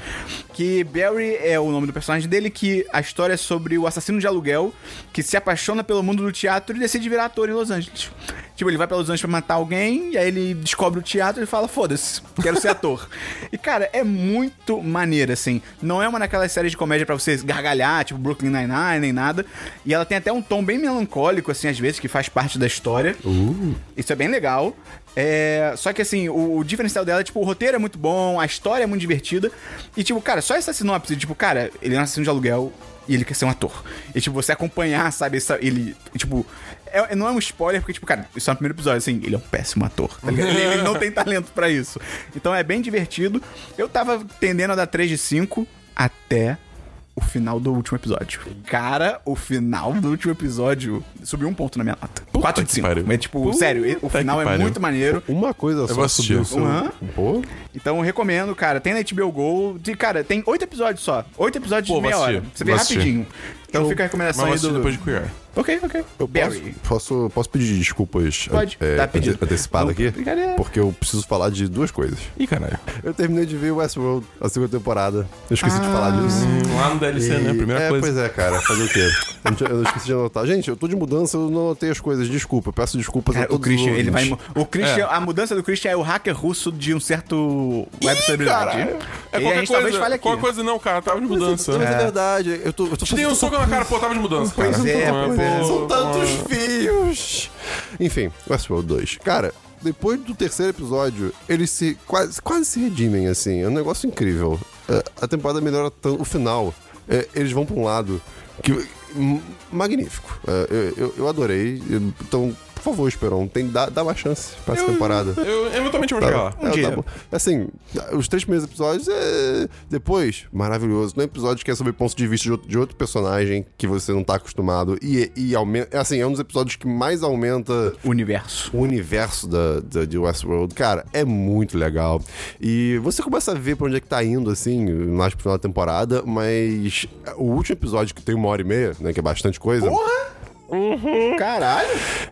Speaker 1: Que Barry é o nome do personagem dele, que a história é sobre o assassino de aluguel que se apaixona pelo mundo do teatro e decide virar ator em Los Angeles. Tipo, ele vai pra Los Angeles pra matar alguém, e aí ele descobre o teatro e fala, foda-se, quero ser ator. e, cara, é muito maneiro, assim. Não é uma daquelas séries de comédia pra você gargalhar, tipo Brooklyn Nine-Nine, nem nada. E ela tem até um tom bem melancólico, assim, às vezes, que faz parte da história. Isso é bem legal. É, Só que assim, o, o diferencial dela é, tipo, o roteiro é muito bom, a história é muito divertida. E, tipo, cara, só essa sinopse, tipo, cara, ele é um assassino de aluguel e ele quer ser um ator. E, tipo, você acompanhar, sabe, essa- ele. Tipo, é- não é um spoiler, porque, tipo, cara, isso é no primeiro episódio, assim, ele é um péssimo ator, tá ligado? Ele, ele não tem talento pra isso. Então é bem divertido. Eu tava tendendo a dar 3 de 5 até o final do último episódio. Cara, o final do último episódio subiu um ponto na minha nota. 4 de
Speaker 4: que
Speaker 1: 5.
Speaker 4: pariu.
Speaker 1: Mas, tipo,
Speaker 4: Puta
Speaker 1: sério,
Speaker 4: que
Speaker 1: o final é
Speaker 4: pariu.
Speaker 1: muito maneiro.
Speaker 2: Uma coisa
Speaker 4: vou
Speaker 2: só subiu
Speaker 4: assistir.
Speaker 2: o seu...
Speaker 1: Uhum.
Speaker 2: Pô,
Speaker 1: Então, eu recomendo, cara. Tem na HBO Go. E, cara, tem oito episódios só. Oito episódios de
Speaker 4: Pô, vou
Speaker 1: meia
Speaker 4: assistir.
Speaker 1: hora. Você vê
Speaker 4: Vou assistir.
Speaker 1: rapidinho. Então,
Speaker 4: Show.
Speaker 1: fica a
Speaker 4: Mas
Speaker 1: recomendação
Speaker 4: eu
Speaker 1: aí
Speaker 4: assisti
Speaker 1: do...
Speaker 4: depois de Queer.
Speaker 1: Ok, ok.
Speaker 2: eu
Speaker 1: Barry.
Speaker 2: posso, posso, posso pedir desculpas
Speaker 1: Pode,
Speaker 2: é,
Speaker 1: tá pedido.
Speaker 2: ante- antecipada aqui?
Speaker 1: brincadeira.
Speaker 2: Porque eu preciso falar de duas coisas.
Speaker 4: Ih, caralho.
Speaker 2: Eu terminei de ver Westworld, a segunda temporada. Eu esqueci de
Speaker 1: Ah.
Speaker 2: falar disso.
Speaker 4: Lá no DLC, né?
Speaker 2: E-
Speaker 4: Primeira
Speaker 2: é,
Speaker 4: coisa.
Speaker 2: Pois é, cara. Fazer o quê? Eu não tinha- Eu esqueci de anotar. Gente, eu tô de mudança, eu não anotei as coisas. Desculpa, eu peço desculpas a
Speaker 1: Cara, É, o
Speaker 2: todos os
Speaker 1: Christian, ele vai.
Speaker 2: ouvintes.
Speaker 1: O Christian, a mudança do Christian é o hacker russo de um certo web celebridade.
Speaker 4: É
Speaker 1: E a
Speaker 4: qualquer
Speaker 1: gente talvez
Speaker 4: coisa.
Speaker 1: fale aqui.
Speaker 4: Qualquer coisa não, cara. Tava de mudança.
Speaker 2: Mas é verdade, eu tô... Eu tô
Speaker 4: Te dei um soco na cara, pô, tava de mudança, cara.
Speaker 1: Pois é,
Speaker 4: Pô,
Speaker 1: pois é.
Speaker 4: pô,
Speaker 2: São tantos
Speaker 4: pô.
Speaker 2: fios! Enfim, Westworld 2. Cara, depois do terceiro episódio, eles se quase, quase se redimem, assim. É um negócio incrível. É, A temporada melhora tanto. O final, é, eles vão pra um lado que... m- Magnífico. É, eu- eu, eu adorei. Então, por favor, Esperon, tem, dá, dá uma chance pra essa temporada.
Speaker 4: Eu eventualmente vou
Speaker 2: Tá
Speaker 4: chegar lá. Um
Speaker 2: bom. É,
Speaker 1: um dia.
Speaker 2: tá bom. Assim, os três primeiros episódios é. Depois, maravilhoso. Tem um episódio que é sobre pontos de vista de outro, de outro personagem que você não tá acostumado. E, e aumenta. é Assim, é um dos episódios que mais aumenta
Speaker 1: Universo.
Speaker 2: o universo da, da- de Westworld. Cara, é muito legal. E você começa a ver pra onde é que tá indo, assim, mais pro final da temporada, mas o último episódio, que tem uma hora e meia, né? Que é bastante coisa,
Speaker 1: Caralho.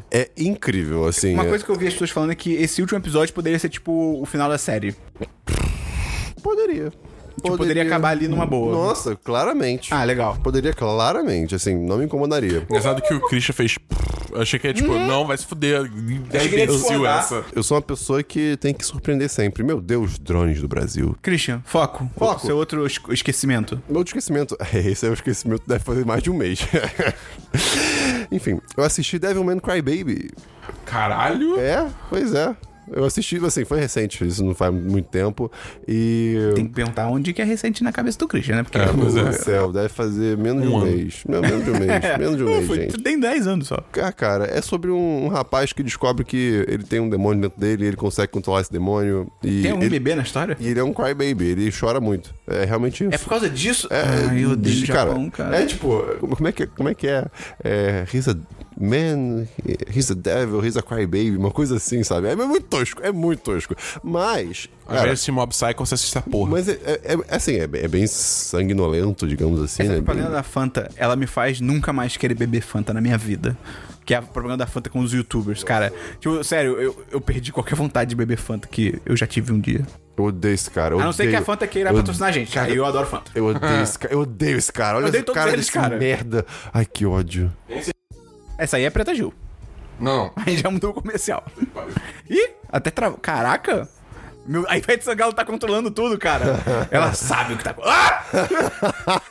Speaker 2: é incrível, assim.
Speaker 1: Uma
Speaker 2: é-
Speaker 1: coisa que eu vi as pessoas falando é que esse último episódio poderia ser tipo o final da série.
Speaker 2: poderia.
Speaker 1: Tipo, poderia acabar ali numa boa.
Speaker 2: Nossa, claramente.
Speaker 1: Ah, legal.
Speaker 2: Poderia claramente, assim, não me incomodaria.
Speaker 4: Engraçado que o Christian fez. Eu achei que é tipo, não, vai se fuder. É
Speaker 1: Né? queria
Speaker 4: imbecil
Speaker 1: discordar.
Speaker 4: essa.
Speaker 2: Eu sou uma pessoa que tem que surpreender sempre. Meu Deus, drones do Brasil.
Speaker 1: Christian, foco.
Speaker 2: Foco.
Speaker 1: Seu outro es- esquecimento.
Speaker 2: Meu esquecimento. Esse é o esquecimento deve fazer mais de um mês. Enfim, eu assisti Devilman Crybaby.
Speaker 4: Caralho.
Speaker 2: É, pois é. Eu assisti, assim, foi recente, isso não faz muito tempo. E.
Speaker 1: Tem que perguntar onde que é recente na cabeça do Christian, né? Porque
Speaker 4: É, pois
Speaker 2: Meu Deus do céu, deve fazer menos de
Speaker 4: Um
Speaker 2: um
Speaker 4: ano.
Speaker 2: mês. Não, menos de um mês. Menos de um mês,
Speaker 1: Foi-
Speaker 2: gente.
Speaker 1: tem 10 anos só.
Speaker 2: Ah, cara, é sobre um, um rapaz que descobre que ele tem um demônio dentro dele, ele consegue controlar esse demônio. E
Speaker 1: Tem um algum
Speaker 2: ele,
Speaker 1: bebê na história?
Speaker 2: E ele é um crybaby, ele chora muito. É realmente isso.
Speaker 1: É por causa disso?
Speaker 2: É,
Speaker 1: Ai, eu odeio
Speaker 2: de-
Speaker 1: o Japão, cara.
Speaker 2: É tipo, como é que, como é, que é? é? He's a man, he's a devil, he's a crybaby, uma coisa assim, sabe? É muito tosco, é muito tosco. Mas,
Speaker 4: Ao
Speaker 2: cara,
Speaker 4: invés desse Mob Psycho, você assiste essa porra.
Speaker 2: mas é, é- é- assim, é, bem- é bem sanguinolento, digamos assim,
Speaker 1: Essa
Speaker 2: né?
Speaker 1: propaganda da Fanta, ela me faz nunca mais querer beber Fanta na minha vida. Que é a propaganda da Fanta com os youtubers, cara. Tipo, sério, eu, eu perdi qualquer vontade de beber Fanta que eu já tive um dia.
Speaker 2: Eu odeio esse cara. eu
Speaker 1: A não ser que é
Speaker 2: odeio.
Speaker 1: a Fanta queira
Speaker 2: Eu-
Speaker 1: patrocinar a gente. Aí eu adoro Fanta.
Speaker 2: Eu odeio esse cara, eu odeio esse cara. Olha
Speaker 1: Eu odeio
Speaker 2: esse
Speaker 1: todos
Speaker 2: cara
Speaker 1: eles,
Speaker 2: desse
Speaker 1: cara.
Speaker 2: merda. Ai, que ódio.
Speaker 1: Essa aí é Preta Gil.
Speaker 4: Não,
Speaker 1: Aí já mudou o comercial. Ih, até travou. Caraca! Meu, a Ivete Sangalo tá controlando tudo, cara. Ela sabe o que tá acontecendo. Ah!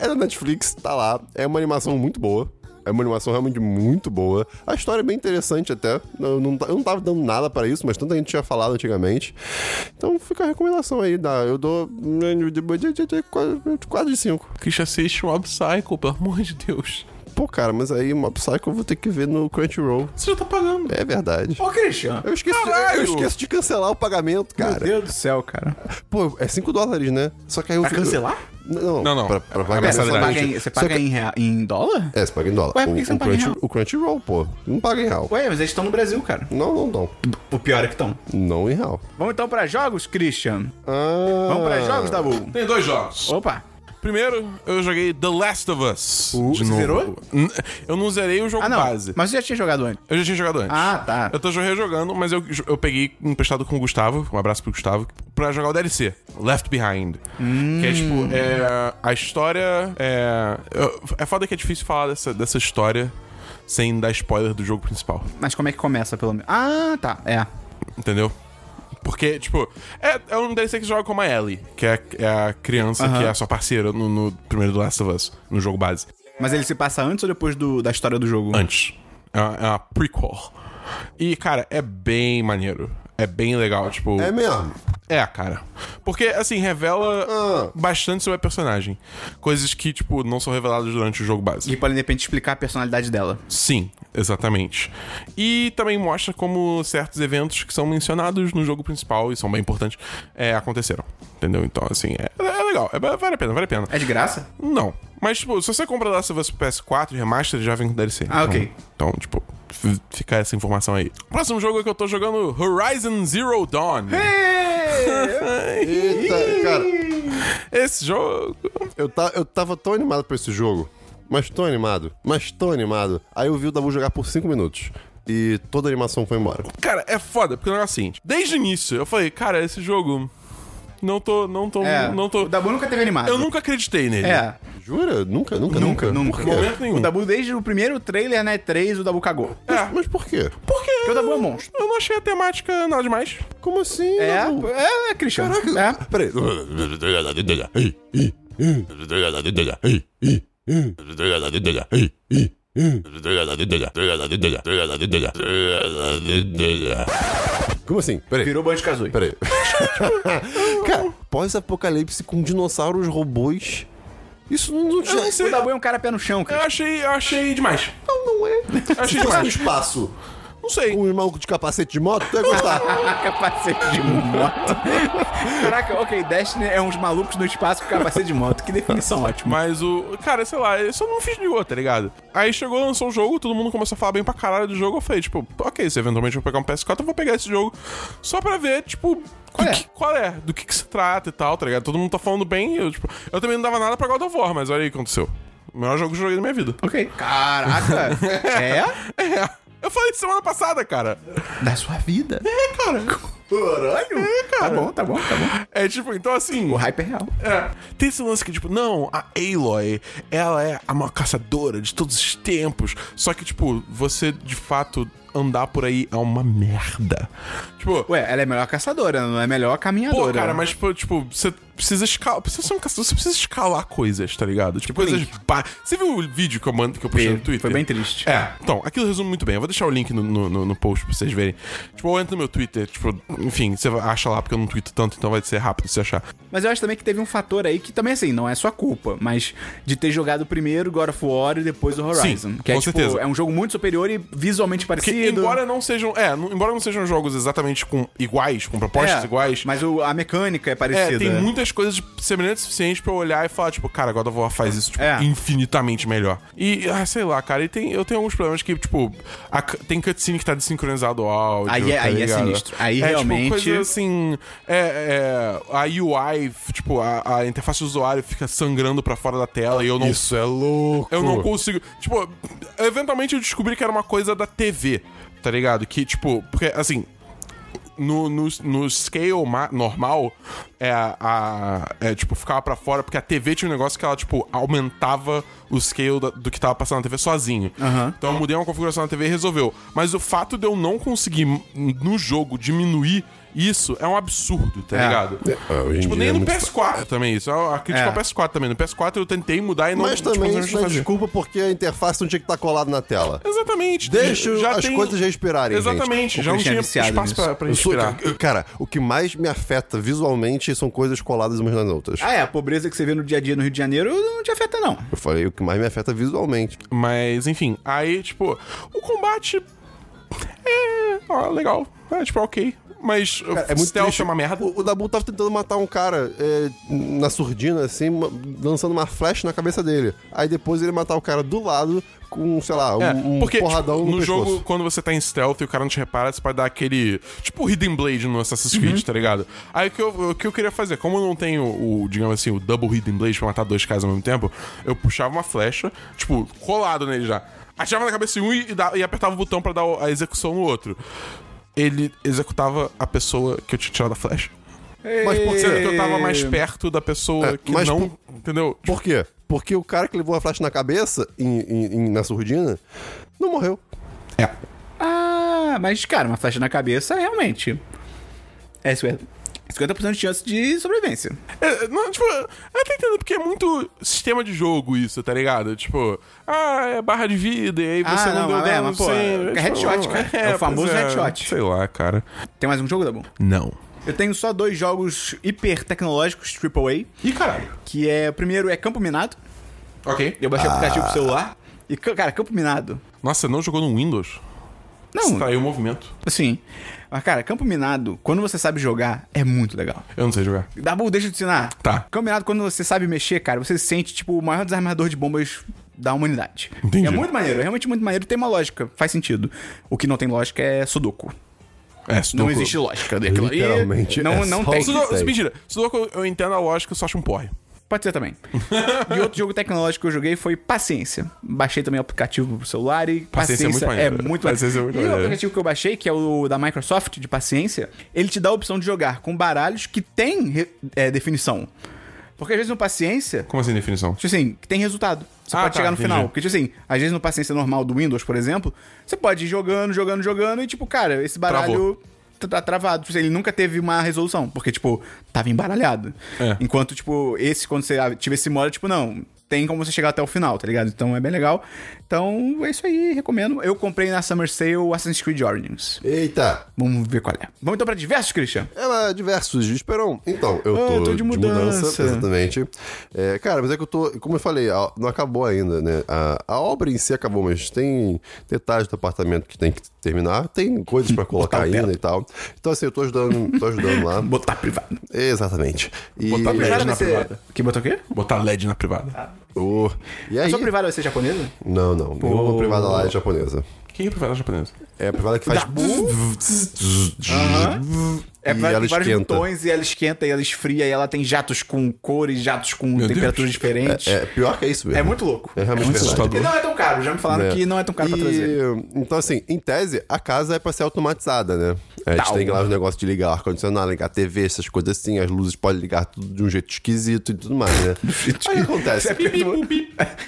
Speaker 2: É da Netflix, tá lá. É uma animação muito boa. É uma animação realmente muito boa. A história é bem interessante até. Eu não, ta- eu não tava dando nada pra isso, mas tanta gente tinha falado antigamente. Então fica a recomendação aí. Dá. Eu dou né, quase de 5.
Speaker 4: Christian assiste Mob Psycho, pelo amor de Deus.
Speaker 2: Pô, cara, mas aí Mob Psycho eu vou ter que ver no Crunchyroll.
Speaker 4: Você já tá pagando.
Speaker 2: É verdade.
Speaker 1: Ô, Christian.
Speaker 2: Eu esqueço, de, eu
Speaker 4: Caralho!
Speaker 2: esqueço de cancelar o pagamento,
Speaker 1: Meu
Speaker 2: cara.
Speaker 1: Deus do céu, cara.
Speaker 2: Pô, é 5 dólares, né? Só que aí eu
Speaker 3: Pra
Speaker 2: fico-
Speaker 3: cancelar?
Speaker 2: Não,
Speaker 4: Não, não.
Speaker 2: Pra, pra
Speaker 4: É
Speaker 2: pagar
Speaker 1: Pera, você
Speaker 4: mensalidade.
Speaker 2: mensalmente.
Speaker 1: paga em, você
Speaker 2: Só
Speaker 1: paga
Speaker 2: que-
Speaker 1: em, rea- em dólar?
Speaker 2: É, você paga em dólar.
Speaker 1: Ué, por que
Speaker 2: O-
Speaker 1: você não
Speaker 2: o
Speaker 1: paga em
Speaker 2: Crunchy-
Speaker 1: real?
Speaker 2: O Crunchyroll, pô. Não paga em real.
Speaker 1: Ué, mas eles estão no Brasil, cara.
Speaker 2: Não, não, não.
Speaker 1: O pior é que estão.
Speaker 2: Não em real.
Speaker 1: Vamos então pra jogos, Christian?
Speaker 2: Ah,
Speaker 1: Vamos pra jogos, Dabu?
Speaker 4: Tem dois jogos.
Speaker 1: Opa.
Speaker 4: Primeiro, eu joguei The Last of Us.
Speaker 1: Uh,
Speaker 4: de
Speaker 1: você
Speaker 4: novo.
Speaker 1: zerou?
Speaker 4: N- Eu não zerei o jogo
Speaker 1: Ah, não.
Speaker 4: base.
Speaker 1: Mas você já tinha jogado antes.
Speaker 4: Eu já tinha jogado antes.
Speaker 1: Ah, tá.
Speaker 4: Eu tô jo- rejogando, mas eu, eu peguei emprestado com o Gustavo, um abraço pro Gustavo, pra jogar o DLC, Left Behind. Que é tipo, é, a história. É, eu- é foda que é difícil falar dessa, dessa história sem dar spoiler do jogo principal,
Speaker 1: Mas como é que começa, pelo menos? Ah, tá. É.
Speaker 4: entendeu? Porque, tipo, é, é um DLC que joga como a Ellie, que é, é a criança que é a sua parceira no, no primeiro The Last of Us, no jogo base.
Speaker 1: Mas ele se passa antes ou depois do- da história do jogo?
Speaker 4: antes. É uma, é uma prequel. E, cara, é bem maneiro. É bem legal, tipo...
Speaker 2: É mesmo.
Speaker 4: É, cara. Porque, assim, revela bastante sobre a personagem. Coisas que, tipo, não são reveladas durante o jogo base.
Speaker 1: E pode, de repente, explicar a personalidade dela.
Speaker 4: Sim, exatamente. E também mostra como certos eventos que são mencionados no jogo principal e são bem importantes é, aconteceram. Entendeu? Então, assim, é, é legal. É- vale a pena, vale a pena.
Speaker 1: É de graça?
Speaker 4: Não. Mas, tipo, se você compra Last of Us pro PS4 e remaster, já vem com DLC.
Speaker 1: Ah,
Speaker 4: então,
Speaker 1: ok.
Speaker 4: Então, tipo, f- fica essa informação aí. Próximo jogo é que eu tô jogando, Horizon Zero Dawn.
Speaker 2: Eita, cara.
Speaker 4: Esse jogo...
Speaker 2: Eu, ta, eu tava tão animado pra esse jogo. Mas tão animado. Mas tão animado. Aí eu vi o Dabu jogar por 5 minutos. E toda a animação foi embora.
Speaker 4: Cara, é foda, porque o negócio é o seguinte. Desde o início, eu falei, cara, esse jogo... Não tô, não tô,
Speaker 1: É.
Speaker 4: não tô...
Speaker 1: O Dabu nunca teve animado.
Speaker 4: Eu nunca acreditei nele.
Speaker 1: É.
Speaker 2: Jura? Nunca, nunca, nunca.
Speaker 1: Nunca.
Speaker 2: Por quê?
Speaker 4: Momento nenhum.
Speaker 1: O Dabu, desde o primeiro trailer, né? 3, o Dabu cagou.
Speaker 4: É.
Speaker 2: Mas por quê?
Speaker 4: Por quê?
Speaker 1: Porque o Dabu é um monstro.
Speaker 4: Eu não achei a temática nada demais.
Speaker 2: Como assim?
Speaker 1: É,
Speaker 2: Dabu?
Speaker 1: é, é, Christian. É.
Speaker 2: Peraí. Como assim? Peraí.
Speaker 1: Virou Banjo Kazooie.
Speaker 2: Peraí. Cara, pós-apocalipse com dinossauros, robôs. Isso não, não tinha.
Speaker 4: Eu não sei.
Speaker 1: O Dabu é um cara pé no chão,
Speaker 4: Eu
Speaker 1: cara.
Speaker 4: achei, eu achei demais.
Speaker 2: Não, não é. Se
Speaker 4: Achei
Speaker 2: fosse no
Speaker 4: demais.
Speaker 2: espaço
Speaker 4: Não sei.
Speaker 2: com um maluco de capacete de moto, tu ia
Speaker 4: Tipo,
Speaker 2: gostar.
Speaker 1: capacete de moto. Caraca, ok, Destiny é uns malucos no espaço com capacete de moto. Que definição ótima.
Speaker 4: Mas o. Cara, sei lá, eu só não fiz ligou, tá ligado? Aí chegou, lançou o jogo, todo mundo começou a falar bem pra caralho do jogo. Eu falei, tipo, ok, se eventualmente eu pegar um PS4, eu vou pegar esse jogo só pra ver, tipo,
Speaker 1: Qual
Speaker 4: do
Speaker 1: é?
Speaker 4: que- qual é, do que, que se trata e tal, tá ligado? Todo mundo tá falando bem, eu, tipo, eu também não dava nada pra God of War, mas olha aí o que aconteceu. O melhor jogo que eu joguei da minha vida.
Speaker 1: Ok. Caraca. é?
Speaker 4: É. Eu falei isso semana passada, cara.
Speaker 1: Da sua vida.
Speaker 4: É, cara.
Speaker 1: Caralho. Tá bom, tá bom, tá bom.
Speaker 4: É tipo, então assim.
Speaker 1: O hype é real.
Speaker 4: É. Tem esse lance que, tipo, não, a Aloy, ela é a maior caçadora de todos os tempos. Só que, tipo, você de fato andar por aí é uma merda. Tipo,
Speaker 1: Ué, ela é melhor caçadora, não é melhor caminhadora.
Speaker 4: pô, cara, mas, pô, tipo, você precisa escalar. Precisa ser um caçador, você precisa escalar coisas, tá ligado? Tipo, coisas. ba- Você viu o vídeo que eu mando que eu postei no Twitter?
Speaker 1: Foi bem triste.
Speaker 4: É, então, aquilo resume muito bem. Eu vou deixar o link no, no, no- no post pra vocês verem. Tipo, ou entra no meu Twitter, tipo, enfim, você acha lá, porque eu não tweeto tanto, então vai ser rápido você achar.
Speaker 1: Mas eu acho também que teve um fator aí que também, assim, não é sua culpa, mas de ter jogado primeiro God of War e depois o Horizon.
Speaker 4: Sim,
Speaker 1: que é,
Speaker 4: com
Speaker 1: tipo,
Speaker 4: certeza.
Speaker 1: é um jogo muito superior e visualmente
Speaker 4: Que,
Speaker 1: parecido.
Speaker 4: embora não sejam. É, não- embora não sejam jogos exatamente com iguais, com propostas
Speaker 1: É,
Speaker 4: iguais.
Speaker 1: Mas o- a mecânica é parecida.
Speaker 4: É, tem muitas coisas semelhantes o suficiente pra eu olhar e falar, tipo, cara, God of War faz isso tipo,
Speaker 1: É.
Speaker 4: infinitamente melhor. E, ah, sei lá, cara, e tem, eu tenho alguns problemas que, tipo, a cu- tem cutscene que tá desincronizado ao áudio.
Speaker 1: Aí é-
Speaker 4: tá
Speaker 1: aí é
Speaker 4: ligado?
Speaker 1: sinistro. Aí
Speaker 4: É,
Speaker 1: realmente-
Speaker 4: Tipo, coisa assim. É, é, a UI, tipo, a, a interface do usuário fica sangrando pra fora da tela e eu não
Speaker 2: Isso é louco.
Speaker 4: eu não consigo. Tipo, eventualmente eu descobri que era uma coisa da TV, tá ligado? Que, tipo, porque assim. No, no, no scale ma- normal, é, a, é, tipo, ficava pra fora, porque a TV tinha um negócio que ela, tipo, aumentava o scale da- do que tava passando na TV sozinho. Então eu mudei uma configuração na TV e resolveu. Mas o fato de eu não conseguir, m- no jogo, diminuir Isso é um absurdo, tá
Speaker 1: É.
Speaker 4: ligado?
Speaker 2: Ah, hoje em
Speaker 4: Tipo,
Speaker 2: dia
Speaker 4: nem
Speaker 2: é
Speaker 4: no
Speaker 2: muito
Speaker 4: PS4 também, isso. A crítica
Speaker 1: É.
Speaker 4: ao PS4 também. No PS4 eu tentei mudar e não
Speaker 2: Mas
Speaker 4: tipo,
Speaker 2: também
Speaker 4: simplesmente
Speaker 2: isso não é
Speaker 4: fazia.
Speaker 2: desculpa porque a interface não tinha que estar colada na tela.
Speaker 4: Exatamente.
Speaker 2: Deixa
Speaker 4: já
Speaker 2: as
Speaker 4: tem-
Speaker 2: coisas respirarem, gente.
Speaker 4: Exatamente,
Speaker 1: O
Speaker 4: já não
Speaker 1: Christian é
Speaker 4: tinha
Speaker 1: viciado
Speaker 4: espaço
Speaker 1: nisso.
Speaker 4: pra, pra
Speaker 2: Eu sou-
Speaker 4: respirar.
Speaker 2: eu- cara, o que mais me afeta visualmente são coisas coladas umas nas outras.
Speaker 1: Ah, é, a pobreza que você vê no dia a dia no Rio de Janeiro não te afeta, não.
Speaker 2: Eu falei o que mais me afeta visualmente.
Speaker 4: Mas, enfim, aí, tipo, o combate é ó, legal. É, tipo, ok. Mas
Speaker 2: É muito
Speaker 4: stealth
Speaker 2: triste.
Speaker 4: é uma merda.
Speaker 2: O, o Dabu tava tentando matar um cara é, na surdina, assim, ma- lançando uma flecha na cabeça dele. Aí depois ele matar o cara do lado com, sei lá, um,
Speaker 4: É,
Speaker 2: um
Speaker 4: porque
Speaker 2: porradão
Speaker 4: tipo,
Speaker 2: no,
Speaker 4: no,
Speaker 2: pescoço.
Speaker 4: jogo, quando você tá em stealth e o cara não te repara, você pode dar aquele. Tipo o Hidden Blade no Assassin's Creed,
Speaker 2: Uhum.
Speaker 4: tá ligado? Aí o que, eu, o que eu queria fazer, como eu não tenho o, digamos assim, o Double Hidden Blade pra matar dois caras ao mesmo tempo, eu puxava uma flecha, tipo, colado nele já. Atirava na cabeça em um e, e da- e apertava o botão pra dar o- a execução no outro. Ele executava a pessoa que eu tinha tirado a flecha.
Speaker 2: Mas por
Speaker 4: Sendo que
Speaker 2: quê?
Speaker 4: eu tava mais perto da pessoa
Speaker 2: É,
Speaker 4: que
Speaker 2: mas
Speaker 4: não.
Speaker 2: por-
Speaker 4: Entendeu? Tipo,
Speaker 2: Por quê? Porque o cara que levou a flecha na cabeça em- em- em- na surdina não morreu.
Speaker 4: é.
Speaker 1: Ah, mas, cara, uma flecha na cabeça, realmente. É 50%, 50 de chance de sobrevivência.
Speaker 4: É, não, tipo, eu até entendo, porque é muito sistema de jogo isso, tá ligado? Tipo, ah, é barra de vida, e aí
Speaker 1: Ah,
Speaker 4: você não,
Speaker 1: não,
Speaker 4: deu
Speaker 1: mas é,
Speaker 4: dano,
Speaker 1: mas, pô,
Speaker 4: sim,
Speaker 1: é headshot,
Speaker 4: tipo,
Speaker 1: cara. É o
Speaker 4: pois
Speaker 1: famoso headshot.
Speaker 4: Sei lá, cara.
Speaker 1: Tem mais um jogo, Dabu?
Speaker 4: Não.
Speaker 1: Eu tenho só dois jogos hiper tecnológicos, AAA,
Speaker 4: Ih, caralho.
Speaker 1: que é, o primeiro é Campo Minado,
Speaker 4: Ok.
Speaker 1: eu baixei o aplicativo pro celular, e, ca- cara, Campo Minado...
Speaker 4: Nossa, você não jogou no Windows?
Speaker 1: Não,
Speaker 4: Saiu o movimento.
Speaker 1: assim, mas, cara, Campo Minado, quando você sabe jogar, é muito legal.
Speaker 4: Eu não sei jogar.
Speaker 1: Dabu, deixa eu te ensinar.
Speaker 4: Tá.
Speaker 1: Campo Minado, quando você sabe mexer, cara, você se sente, tipo, o maior desarmador de bombas da humanidade.
Speaker 4: Entendi.
Speaker 1: É muito maneiro, é realmente muito maneiro, tem uma lógica, faz sentido. O que não tem lógica é Sudoku.
Speaker 4: É,
Speaker 1: Não
Speaker 4: Sudoku.
Speaker 1: existe lógica daquilo ali.
Speaker 2: Literalmente,
Speaker 1: Não,
Speaker 2: é
Speaker 1: não
Speaker 2: só
Speaker 1: tem.
Speaker 2: isso.
Speaker 4: Sudoku,
Speaker 2: Sei.
Speaker 4: mentira. Sudoku eu- eu entendo a lógica, eu só acho um porre.
Speaker 1: Pode ser também. e outro jogo tecnológico que eu joguei foi Paciência. Baixei também o aplicativo pro celular e
Speaker 4: Paciência
Speaker 1: Paciência,
Speaker 4: é muito
Speaker 1: é
Speaker 4: maneiro.
Speaker 1: muito
Speaker 4: Paciência é muito
Speaker 1: E o
Speaker 4: maneiro.
Speaker 1: aplicativo que eu baixei, que é o da Microsoft, de Paciência, ele te dá a opção de jogar com baralhos que tem re- é, definição. Porque às vezes no Paciência
Speaker 4: Como assim, definição?
Speaker 1: Tipo assim, que tem resultado. Você
Speaker 4: Ah,
Speaker 1: pode
Speaker 4: tá,
Speaker 1: chegar no
Speaker 4: entendi.
Speaker 1: final. Porque, tipo assim, às vezes no paciência normal do Windows, por exemplo, você pode ir jogando, jogando, jogando, e tipo, cara, esse baralho tá, tá travado. Tipo assim, ele nunca teve uma resolução, porque, tipo, tava embaralhado.
Speaker 4: É.
Speaker 1: Enquanto, tipo, esse, quando você tiver esse modo, tipo, não, tem como você chegar até o final, tá ligado? Então é bem legal. Então é isso aí, recomendo. Eu comprei na Summer Sale Assassin's Creed Origins.
Speaker 2: Eita!
Speaker 1: Vamos ver qual é. Vamos então pra diversos, Christian?
Speaker 2: Ela é diversos, Esperão. Então, eu
Speaker 1: Ah,
Speaker 2: tô,
Speaker 1: eu tô
Speaker 2: de,
Speaker 1: de
Speaker 2: mudança.
Speaker 1: mudança.
Speaker 2: Exatamente. É, cara, mas é que eu tô. Como eu falei, a- não acabou ainda, né? A, a obra em si acabou, mas tem detalhes do apartamento que tem que terminar, tem coisas pra colocar
Speaker 1: Botar o
Speaker 2: ainda e tal. Então, assim, eu tô ajudando, tô ajudando lá.
Speaker 1: Botar privado.
Speaker 2: Exatamente. E,
Speaker 4: Botar
Speaker 1: Privado
Speaker 4: LED
Speaker 1: vai
Speaker 4: na
Speaker 1: ser-
Speaker 4: privada.
Speaker 1: Que botou o quê?
Speaker 4: Botar LED na privada.
Speaker 2: o- e aí?
Speaker 4: É
Speaker 1: Sua privada vai ser japonesa?
Speaker 2: Não, não. Nenhuma privada lá é japonesa.
Speaker 4: Quem é privada japonesa?
Speaker 2: É a privada que faz.
Speaker 1: É,
Speaker 2: E
Speaker 1: pra-
Speaker 2: ela
Speaker 1: tem vários
Speaker 2: esquenta.
Speaker 1: botões e ela esquenta e ela esfria e ela tem jatos com cores, jatos com
Speaker 4: Deus.
Speaker 1: temperaturas diferentes. É,
Speaker 2: É pior que é isso mesmo.
Speaker 1: muito louco.
Speaker 2: É realmente verdade.
Speaker 1: E não é tão caro, já me falaram
Speaker 2: É.
Speaker 1: que não é tão caro pra
Speaker 2: E,
Speaker 1: trazer.
Speaker 2: Então, assim, em tese, a casa é pra ser automatizada, né? A gente
Speaker 1: Tal.
Speaker 2: tem lá os negócios de ligar o ar-condicionado, ligar a TV, essas coisas assim, as luzes podem ligar tudo de um jeito esquisito e tudo mais, né?
Speaker 1: um
Speaker 2: Aí o que
Speaker 1: é
Speaker 2: acontece? É.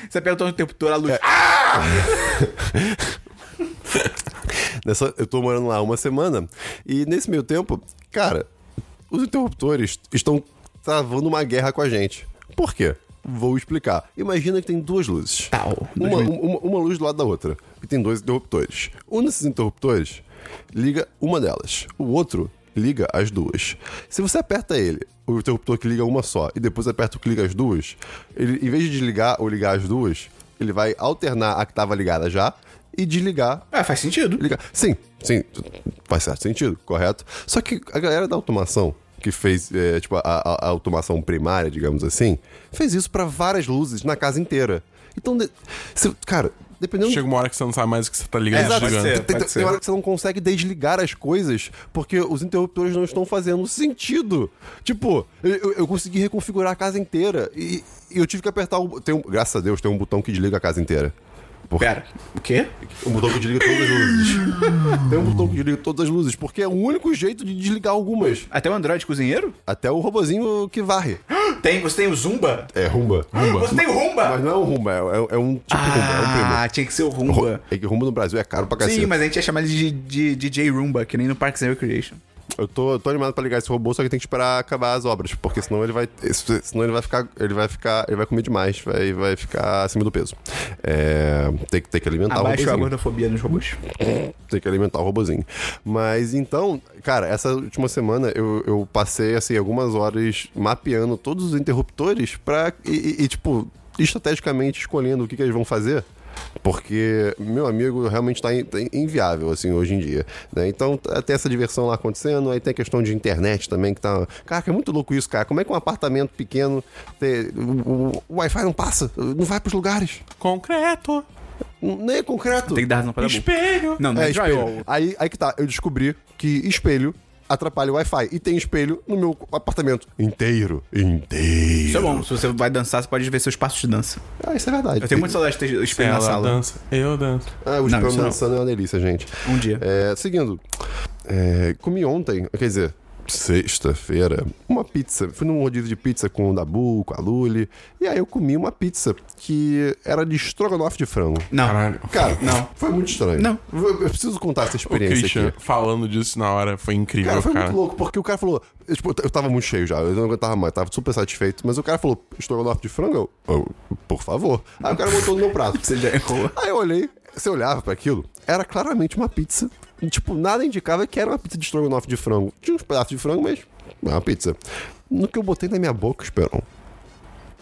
Speaker 1: Você aperta o interruptor, a luz.
Speaker 2: Nessa, eu tô morando lá uma semana e nesse meio tempo, cara, os interruptores estão travando uma guerra com a gente. Por quê? Vou explicar. Imagina que tem duas luzes.
Speaker 1: Tal.
Speaker 2: Uma, uma, uma luz do lado da outra. E tem dois interruptores. Um desses interruptores liga uma delas. O outro liga as duas. Se você aperta ele, o interruptor que liga uma só, e depois aperta o que liga as duas, ele, em vez de desligar ou ligar as duas, ele vai alternar a que estava ligada já e desligar
Speaker 1: Ah, faz sentido.
Speaker 2: ligar. Sim, sim, faz certo sentido, correto. Só que a galera da automação, que fez, é, tipo, a, a- a automação primária, digamos assim, fez isso pra várias luzes na casa inteira. Então, de- se- cara, dependendo...
Speaker 4: Chega uma hora que você não sabe mais o que você tá ligando.
Speaker 1: Exato,
Speaker 4: desligando.
Speaker 1: pode ser.
Speaker 2: Tem, tem- tem hora que você não consegue desligar as coisas porque os interruptores não estão fazendo sentido. Tipo, eu- eu, eu consegui reconfigurar a casa inteira e, e eu tive que apertar o. Tem um, graças a Deus, tem um botão que desliga a casa inteira. Porque-
Speaker 1: Pera, o quê?
Speaker 2: um botão que desliga todas as luzes. Tem um botão que desliga todas as luzes, porque é o único jeito de desligar algumas.
Speaker 1: Até o Android cozinheiro?
Speaker 2: Até o robozinho que varre.
Speaker 1: Tem, você tem o Zumba?
Speaker 2: É rumba.
Speaker 1: Você tem o Rumba?
Speaker 2: Mas não é um rumba, é, é- é um tipo de rumba, é um primo.
Speaker 1: Ah, tinha que ser o Rumba.
Speaker 2: É que rumba no Brasil é caro pra
Speaker 1: Sim,
Speaker 2: cacete.
Speaker 1: mas a gente ia chamar ele de, de, DJ Rumba, que nem no Parks and Recreation.
Speaker 2: Eu tô, eu tô animado pra ligar esse robô, só que tem que esperar acabar as obras, porque senão ele vai. esse- Senão ele vai ficar. Ele vai ficar. Ele vai comer demais, vai, vai ficar acima do peso. É, tem, que- tem que alimentar
Speaker 1: Abaixo
Speaker 2: o
Speaker 1: a
Speaker 2: robôzinho.
Speaker 1: gordofobia nos robôs.
Speaker 2: Tem que alimentar o robozinho. Mas então, cara, essa última semana eu, eu passei, assim, algumas horas mapeando todos os interruptores pra. E, e- e, tipo, estrategicamente escolhendo o que, que eles vão fazer. Porque, meu amigo, realmente tá, in- tá inviável, assim, hoje em dia. né? Então, tá- tem essa diversão lá acontecendo, aí tem a questão de internet também, que tá. Caraca, é muito louco isso, cara. Como é que um apartamento pequeno. tem- o, o- o Wi-Fi não passa, não vai pros lugares.
Speaker 4: Concreto,
Speaker 2: Nem é concreto.
Speaker 1: Tem que dar razão pra Dabu.
Speaker 4: espelho.
Speaker 1: Não, não é,
Speaker 2: É,
Speaker 1: drywall.
Speaker 2: espelho. Aí, aí que tá, eu descobri que espelho atrapalha o Wi-Fi. E tem espelho no meu apartamento. Inteiro. Inteiro.
Speaker 1: Isso é bom. Se você vai dançar, você pode ver seus passos de dança.
Speaker 2: Ah, isso é verdade.
Speaker 1: Eu tenho muito saudade de ter espelho na
Speaker 4: Ela
Speaker 1: sala.
Speaker 4: dança, eu danço.
Speaker 2: Ah, o
Speaker 1: Não,
Speaker 2: espelho
Speaker 1: isso não.
Speaker 2: dançando é uma delícia, gente.
Speaker 1: Um dia.
Speaker 2: É, seguindo. É, comi ontem, quer dizer, sexta-feira, uma pizza. Fui num rodízio de pizza com o Dabu, com a Luli. E aí eu comi uma pizza que era de estrogonofe de frango.
Speaker 1: Não.
Speaker 4: Caralho.
Speaker 2: Cara,
Speaker 1: Não.
Speaker 2: Foi muito estranho.
Speaker 1: Não.
Speaker 2: Eu eu preciso contar essa
Speaker 4: O
Speaker 2: experiência
Speaker 4: Christian
Speaker 2: aqui.
Speaker 4: falando disso na hora foi incrível,
Speaker 2: Cara,
Speaker 4: cara.
Speaker 2: foi muito louco, porque o cara falou. Eu, tipo, eu tava muito cheio já, eu não aguentava mais, tava super satisfeito. Mas o cara falou: estrogonofe de frango? Eu, eu, por favor. Aí o cara botou no meu prato.
Speaker 1: Você já errou.
Speaker 2: Aí eu olhei, você olhava pra aquilo, era claramente uma pizza. E, tipo, nada indicava que era uma pizza de estrogonofe de frango. Tinha uns pedaços de frango, mas é uma pizza. No que eu botei na minha boca, Esperão,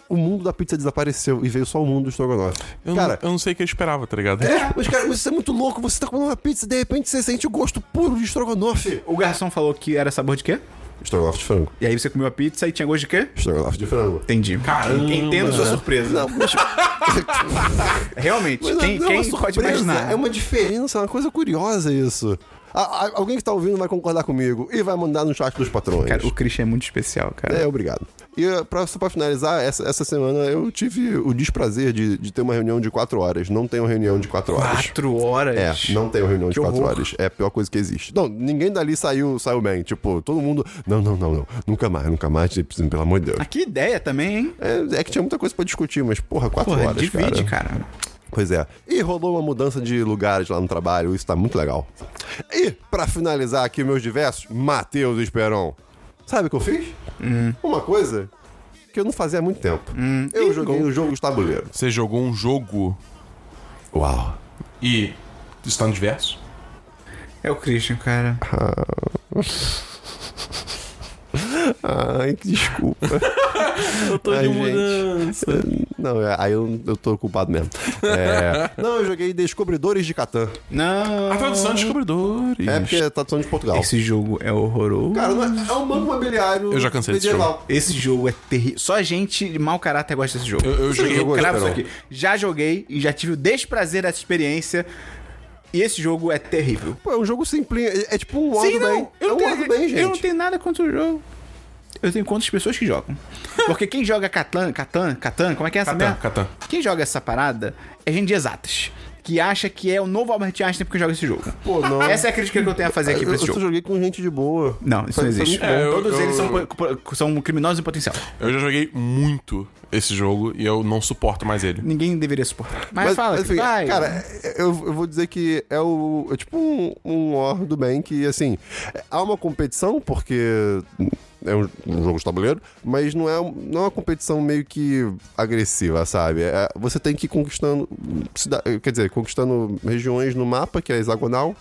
Speaker 2: o mundo da pizza desapareceu e veio só o mundo do estrogonofe.
Speaker 4: Eu,
Speaker 2: cara,
Speaker 4: não, eu não sei o que eu esperava, tá ligado?
Speaker 2: é, mas cara, você é muito louco, você tá comendo uma pizza e de repente você sente o gosto puro de estrogonofe.
Speaker 1: O garçom falou que era sabor de quê?
Speaker 2: Estrogonofe de frango.
Speaker 1: E aí você comeu a pizza e tinha gosto de quê?
Speaker 2: Estrogonofe de frango.
Speaker 1: Entendi.
Speaker 4: Caramba.
Speaker 1: Entendo sua surpresa.
Speaker 2: Não, mas,
Speaker 1: Realmente,
Speaker 2: mas
Speaker 1: quem,
Speaker 2: não é uma
Speaker 1: quem pode
Speaker 2: surpresa,
Speaker 1: imaginar?
Speaker 2: É uma diferença, é uma coisa curiosa isso. A- a- alguém que tá ouvindo vai concordar comigo e vai mandar no chat dos patrões.
Speaker 1: Cara, o Christian é muito especial, cara.
Speaker 2: É, obrigado. E eh, pra, só pra finalizar, essa, essa semana eu tive o desprazer de, de ter uma reunião de quatro horas. Não tenho reunião de quatro horas.
Speaker 1: Quatro horas.
Speaker 2: É, não tem reunião de
Speaker 1: Que
Speaker 2: quatro
Speaker 1: horror.
Speaker 2: horas. É a pior coisa que existe. Não, ninguém dali saiu, saiu bem. Tipo, todo mundo. Não, não, não, não. Nunca mais, nunca mais. Pelo amor de Deus.
Speaker 1: Ah, que ideia também, hein?
Speaker 2: É, é que tinha muita coisa pra discutir, mas, porra, quatro
Speaker 1: Porra,
Speaker 2: horas.
Speaker 1: divide,
Speaker 2: cara.
Speaker 1: cara.
Speaker 2: Pois é. E rolou uma mudança de lugares lá no trabalho, isso tá muito legal. E, pra finalizar aqui meus diversos, Matheus Esperon. Sabe o que eu fiz?
Speaker 4: Hum.
Speaker 2: Uma coisa que eu não fazia há muito tempo. Eu joguei o jogo de tabuleiro.
Speaker 4: Você jogou um jogo
Speaker 2: Uau.
Speaker 4: e. Está no diverso?
Speaker 1: É o Christian, cara.
Speaker 2: Ai, que desculpa.
Speaker 4: Eu tô
Speaker 2: Ai, gente. Não, é, aí eu, eu tô culpado mesmo. É, não, eu joguei Descobridores de Catan.
Speaker 1: Não.
Speaker 4: A tradução de descobridores.
Speaker 2: É porque é tradução de Portugal.
Speaker 1: Esse jogo é horroroso.
Speaker 2: Cara, não é, é um banco imobiliário
Speaker 4: Eu já cansei desse
Speaker 2: medieval.
Speaker 1: Esse jogo é terrível. Só gente de mau caráter gosta desse jogo.
Speaker 4: Eu, eu joguei.
Speaker 2: jogou?
Speaker 1: Cravo isso
Speaker 2: Esperão.
Speaker 1: aqui. Já joguei e já tive o desprazer dessa experiência. E esse jogo é terrível.
Speaker 2: Pô, é um jogo simples. É, é tipo um World
Speaker 1: Sim,
Speaker 2: Bem.
Speaker 1: não. Eu
Speaker 2: é
Speaker 1: não,
Speaker 2: um
Speaker 1: tenho,
Speaker 2: World Bem, gente.
Speaker 1: eu não tenho nada contra o jogo. Eu tenho contra as pessoas que jogam. Porque quem joga Catan, Catan, Catan, como é que é essa
Speaker 4: Catan,
Speaker 2: né?
Speaker 1: merda?
Speaker 4: Catan.
Speaker 1: Quem joga essa parada é gente de exatas. Que acha que é o novo Albert Einstein porque joga esse jogo.
Speaker 2: Pô, não.
Speaker 1: Essa é a crítica que eu tenho a fazer aqui pra
Speaker 2: eu
Speaker 1: esse
Speaker 2: só
Speaker 1: jogo.
Speaker 2: joguei com gente de boa.
Speaker 1: Não, isso não
Speaker 2: Foi- foi
Speaker 1: existe.
Speaker 2: muito
Speaker 4: É, eu-
Speaker 1: Todos
Speaker 4: eu-
Speaker 1: eles são, po- são criminosos em potencial.
Speaker 4: Eu já joguei muito esse jogo e eu não suporto mais ele.
Speaker 1: Ninguém deveria suportar. Mas, fala,
Speaker 2: enfim,
Speaker 1: vai.
Speaker 2: assim, cara, eu, eu vou dizer que é o é tipo um, um War do bem que, assim, é- há uma competição, porque é um, um jogo de tabuleiro, mas não é, um- não é uma competição meio que agressiva, sabe? É- você tem que ir conquistando, cida- quer dizer, conquistando regiões no mapa, que é hexagonal,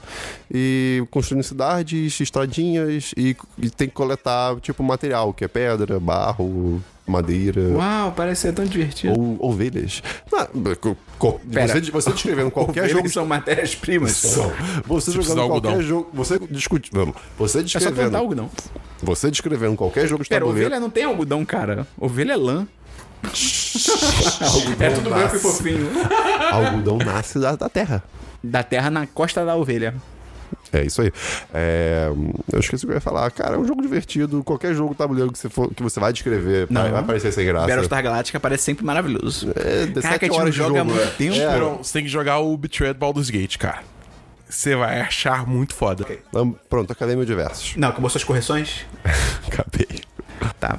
Speaker 2: e construindo cidades, estradinhas, e, e tem que coletar, tipo, material, que é pedra, barro, madeira...
Speaker 1: Uau, parece ser tão divertido.
Speaker 2: Ou ovelhas. Não, co- co-
Speaker 1: Pera.
Speaker 2: você, você descrevendo qualquer
Speaker 1: Ovelhas
Speaker 2: é jogo.
Speaker 1: são matérias-primas.
Speaker 2: São. Você
Speaker 4: precisar
Speaker 2: jogando qualquer
Speaker 4: algodão.
Speaker 2: jogo. Você discute. Vamos. Você
Speaker 1: É só plantar
Speaker 2: descrevendo.
Speaker 1: algodão.
Speaker 2: você descrevendo qualquer jogo de
Speaker 1: Pera,
Speaker 2: tabuleiro.
Speaker 1: ovelha não tem algodão, cara. Ovelha é lã. é tudo branco e fofinho. Ah!
Speaker 2: Algodão nasce da, da terra.
Speaker 1: Da terra na costa da ovelha.
Speaker 2: É isso aí. É, eu esqueci o que eu ia falar. Cara, é um jogo divertido. Qualquer jogo de tabuleiro que você, for, que você vai descrever
Speaker 1: Não.
Speaker 2: vai, vai parecer sem graça.
Speaker 1: Battlestar Galáctica parece sempre maravilhoso.
Speaker 2: É, de
Speaker 1: Caraca, a
Speaker 2: sete
Speaker 1: gente não
Speaker 2: horas de
Speaker 1: joga há
Speaker 2: jogo,
Speaker 1: muito
Speaker 2: é.
Speaker 1: tempo.
Speaker 2: É.
Speaker 4: Esperão, Tipo, você tem que jogar o Betrayed Baldur's Gate, cara. Você vai achar muito foda.
Speaker 2: Então, Pronto, acabei meu diversos.
Speaker 1: Não, acabou suas correções?
Speaker 2: Acabei.
Speaker 1: Tá.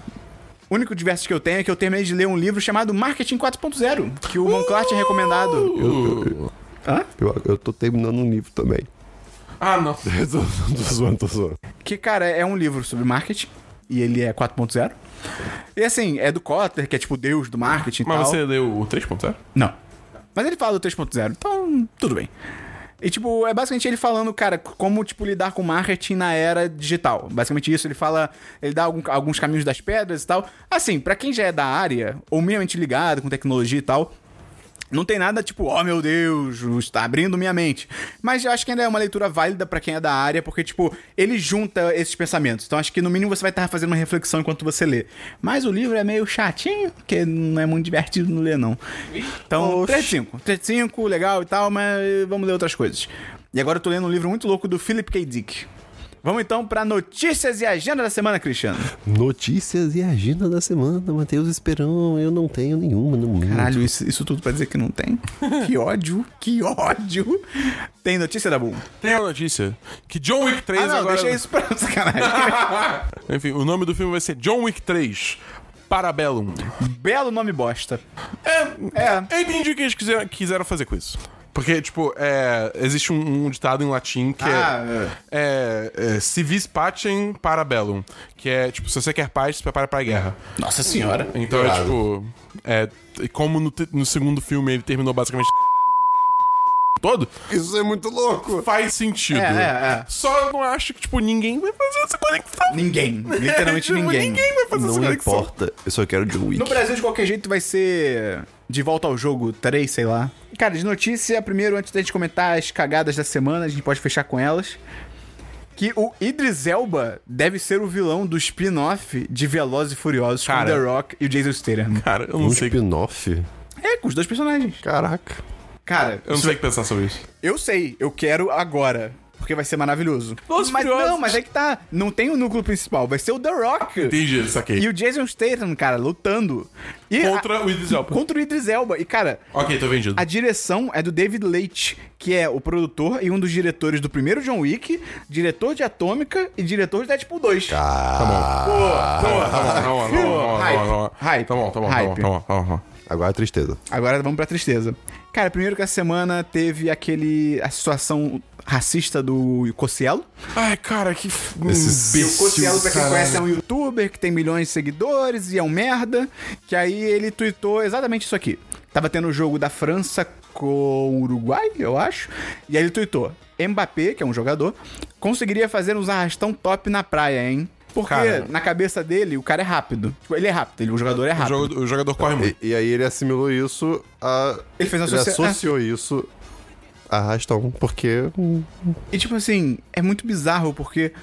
Speaker 1: O único diverso que eu tenho é que eu terminei de ler um livro chamado Marketing 4.0, que o Monclar tinha recomendado.
Speaker 2: Eu, eu,
Speaker 1: Hã?
Speaker 2: eu, eu tô terminando um livro também.
Speaker 4: Ah, não.
Speaker 2: tô, tô zoando, tô zoando.
Speaker 1: Que, cara, é um livro sobre marketing. E ele é 4.0. E assim, é do Kotler, que é tipo o deus do marketing e
Speaker 4: Mas
Speaker 2: Então?
Speaker 1: tal.
Speaker 4: você leu o é? 3.0?
Speaker 1: Não. Mas ele fala do 3.0, então tudo bem. E, tipo, é basicamente ele falando, cara, como, tipo, lidar com marketing na era digital. Basicamente isso, ele fala, ele dá algum- alguns caminhos das pedras e tal. Assim, pra quem já é da área, ou minimamente ligado com tecnologia e tal, não tem nada tipo, oh meu Deus, está abrindo minha mente. Mas eu acho que ainda é uma leitura válida pra quem é da área, porque, tipo, ele junta esses pensamentos. Então acho que no mínimo você vai estar fazendo uma reflexão enquanto você lê. Mas o livro é meio chatinho, porque não é muito divertido não ler, não. Então, 3 de 5. 3 de 5, legal e tal, mas vamos ler outras coisas. E agora eu tô lendo um livro muito louco do Philip K. Dick. Vamos então pra notícias e agenda da semana, Cristiano.
Speaker 2: Notícias e agenda da semana, Matheus Esperão. Eu não tenho nenhuma no mundo.
Speaker 1: Caralho, isso, isso tudo pra dizer que não tem? Que ódio, que ódio. Tem notícia da Boom.
Speaker 4: Tem uma notícia que John Wick 3
Speaker 1: Ah, não,
Speaker 4: agora...
Speaker 1: deixa isso pra sacanagem.
Speaker 4: Enfim, o nome do filme vai ser John Wick 3 Parabellum.
Speaker 1: Belo nome bosta.
Speaker 4: É,
Speaker 1: É.
Speaker 4: eu entendi o que eles quiseram, quiseram fazer com isso. Porque, tipo, é, existe um, um ditado em latim que
Speaker 1: Ah,
Speaker 4: é, é, é, "Si vis pacem parabellum. Que é, tipo, se você quer paz, se prepara pra guerra.
Speaker 1: Nossa senhora.
Speaker 4: Então, é, tipo... É, e como no, te- no segundo filme ele terminou basicamente... Todo,
Speaker 2: Isso é muito louco.
Speaker 4: faz sentido.
Speaker 1: É, é, é.
Speaker 4: Só eu não acho que, tipo, ninguém vai fazer essa conexão.
Speaker 1: Ninguém, literalmente
Speaker 4: Tipo,
Speaker 1: ninguém.
Speaker 4: Ninguém vai fazer essa
Speaker 2: Não
Speaker 4: conexão.
Speaker 2: importa, eu só quero um John Wick.
Speaker 1: No Brasil, de qualquer jeito, vai ser de volta ao jogo 3, sei lá. Cara, de notícia, primeiro, antes da gente comentar as cagadas da semana, a gente pode fechar com elas. Que o Idris Elba deve ser o vilão do spin-off de Velozes e Furiosos
Speaker 4: Cara.
Speaker 1: com The Rock e o Jason Statham.
Speaker 4: Cara, eu não
Speaker 2: Um
Speaker 4: sei.
Speaker 2: spin-off?
Speaker 1: É, com os dois personagens.
Speaker 2: Caraca.
Speaker 1: Cara,
Speaker 4: Eu não sei o que pensar sobre isso.
Speaker 1: Eu sei, eu quero agora. Porque vai ser maravilhoso.
Speaker 4: Nossa,
Speaker 1: mas
Speaker 4: curioso.
Speaker 1: não, mas é que tá. Não tem o núcleo principal, vai ser o The Rock.
Speaker 4: Entendi, saquei.
Speaker 1: E o Jason Statham, cara, lutando. E
Speaker 4: Contra
Speaker 1: a-
Speaker 4: o Idris Elba.
Speaker 1: Contra o Idris Elba. E, cara,
Speaker 4: Ok, tô vendido.
Speaker 1: a direção é do David Leitch, que é o produtor e um dos diretores do primeiro John Wick, diretor de Atômica e diretor de Deadpool 2.
Speaker 2: Ah,
Speaker 1: Ah.
Speaker 4: Tá bom, tá bom, tá bom, tá bom, tá bom, tá bom, tá bom.
Speaker 1: Hype.
Speaker 4: Tá bom, tá bom, tá bom,
Speaker 1: Hype.
Speaker 4: tá bom, tá bom.
Speaker 2: Agora a tristeza.
Speaker 1: Agora vamos pra tristeza. Cara, primeiro que a semana teve aquele... A situação racista do Cocielo.
Speaker 4: Ai, cara, que f- um
Speaker 2: Esses-
Speaker 1: E o Cocielo, pra quem
Speaker 4: caralho.
Speaker 1: conhece, é um youtuber que tem milhões de seguidores e é um merda. Que aí ele tweetou exatamente isso aqui. Tava tendo o jogo da França com o Uruguai, eu acho. E aí ele tweetou: Mbappé, que é um jogador, conseguiria fazer uns arrastão top na praia, hein? Porque
Speaker 4: Cara.
Speaker 1: na cabeça dele o cara é rápido. Tipo, ele é rápido, ele, o jogador é
Speaker 4: O
Speaker 1: rápido.
Speaker 4: jogador, o jogador corre muito.
Speaker 2: E, e aí ele assimilou isso a.
Speaker 1: Ele fez uma
Speaker 2: Ele
Speaker 1: associa-
Speaker 2: associou isso a Rastão, porque.
Speaker 1: E tipo assim, é muito bizarro porque.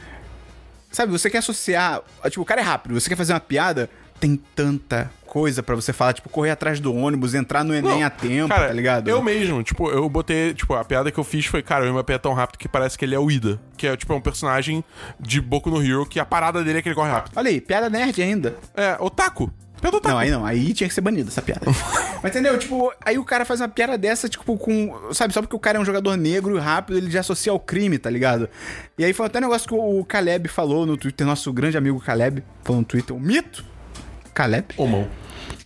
Speaker 1: Sabe, você quer associar. Tipo, o cara é rápido, você quer fazer uma piada, tem tanta coisa pra você falar, tipo, correr atrás do ônibus, entrar no Enem
Speaker 4: Não,
Speaker 1: a tempo,
Speaker 4: cara,
Speaker 1: tá ligado?
Speaker 4: Eu mesmo, tipo, eu botei, tipo, a piada que eu fiz foi, cara, o Mbappé é tão rápido que parece que ele é o Ida, que é, tipo, é um personagem de Boku no Hero que a parada dele é que ele corre rápido.
Speaker 1: Olha aí, piada nerd ainda.
Speaker 4: É, Otaku. Piada Otaku.
Speaker 1: Não, aí não, aí tinha que ser banido essa piada. Mas entendeu? Tipo, aí o cara faz uma piada dessa, tipo, com. Sabe, só porque o cara é um jogador negro e rápido, ele já associa ao crime, tá ligado? E aí foi até um negócio que o Caleb falou no Twitter, nosso grande amigo Caleb, falou no Twitter, o mito Caleb.
Speaker 4: Ou mão.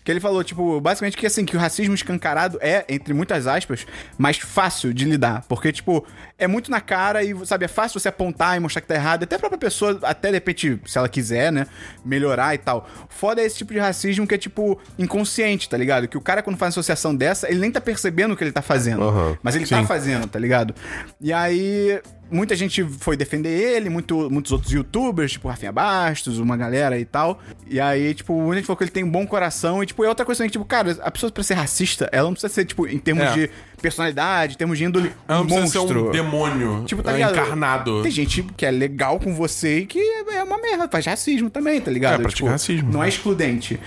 Speaker 1: Que ele falou, tipo, basicamente que assim, que o racismo escancarado é, entre muitas aspas, mais fácil de lidar. Porque, tipo, é muito na cara e, sabe, é fácil você apontar e mostrar que tá errado. Até a própria pessoa, até de repente, se ela quiser, né, melhorar e tal. Foda é esse tipo de racismo que é, tipo, inconsciente, tá ligado? Que o cara, quando faz uma associação dessa, ele nem tá percebendo o que ele tá fazendo.
Speaker 2: Aham.
Speaker 1: Mas ele tá fazendo, tá ligado? E aí, muita gente foi defender ele, muito, muitos outros youtubers, tipo Rafinha Bastos, uma galera e tal. E aí, tipo, muita gente falou que ele tem um bom coração. E, tipo, é outra coisa também, que, tipo, cara, a pessoa pra ser racista, ela não precisa ser, tipo, em termos
Speaker 4: É.
Speaker 1: de personalidade, em termos de índole,
Speaker 4: Ela
Speaker 1: um
Speaker 4: não precisa
Speaker 1: monstro.
Speaker 4: ser um demônio
Speaker 1: Tipo, tá
Speaker 4: é,
Speaker 1: ligado?
Speaker 4: encarnado.
Speaker 1: Tem gente que é legal com você e que é uma merda, faz racismo também, tá ligado?
Speaker 4: É, pratica racismo,
Speaker 1: Não é
Speaker 4: né?
Speaker 1: excludente.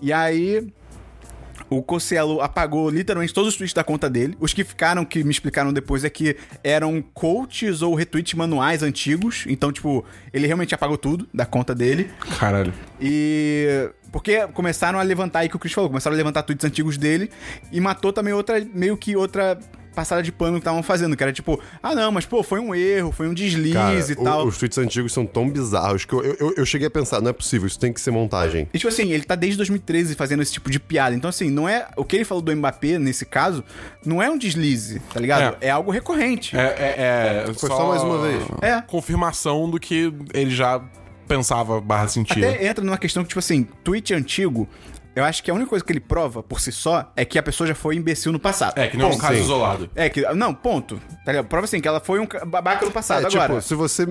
Speaker 1: E aí, o Cosselo apagou literalmente todos os tweets da conta dele. Os que ficaram, que me explicaram depois, é que eram coaches ou retweets manuais antigos. Então, tipo, ele realmente apagou tudo da conta dele.
Speaker 4: Caralho.
Speaker 1: E. Porque começaram a levantar aí que o Chris falou, começaram a levantar tweets antigos dele e matou também outra, meio que outra passada de pano que estavam fazendo, que era tipo, ah não, mas pô, foi um erro, foi um deslize
Speaker 2: Cara,
Speaker 1: e
Speaker 2: o-
Speaker 1: tal.
Speaker 2: os tweets antigos são tão bizarros que eu, eu, eu- eu cheguei a pensar, não é possível, isso tem que ser montagem.
Speaker 1: E tipo assim, ele tá desde 2013 fazendo esse tipo de piada. Então assim, não é... O que ele falou do Mbappé, nesse caso, não é um deslize, tá ligado? É, algo recorrente.
Speaker 4: É, é, é
Speaker 2: Foi só mais uma vez.
Speaker 1: É.
Speaker 4: Confirmação do que ele já pensava barra sentia.
Speaker 1: Até entra numa questão que, tipo assim, tweet antigo, eu acho que a única coisa que ele prova, por si só, é que a pessoa já foi imbecil no passado.
Speaker 4: É, que não é um
Speaker 1: Ponto.
Speaker 4: caso
Speaker 2: sim.
Speaker 4: isolado.
Speaker 1: É que. Não, ponto. Tá ligado? Prova assim, que ela foi um ca- babaca no passado.
Speaker 2: É,
Speaker 1: agora.
Speaker 2: tipo, se você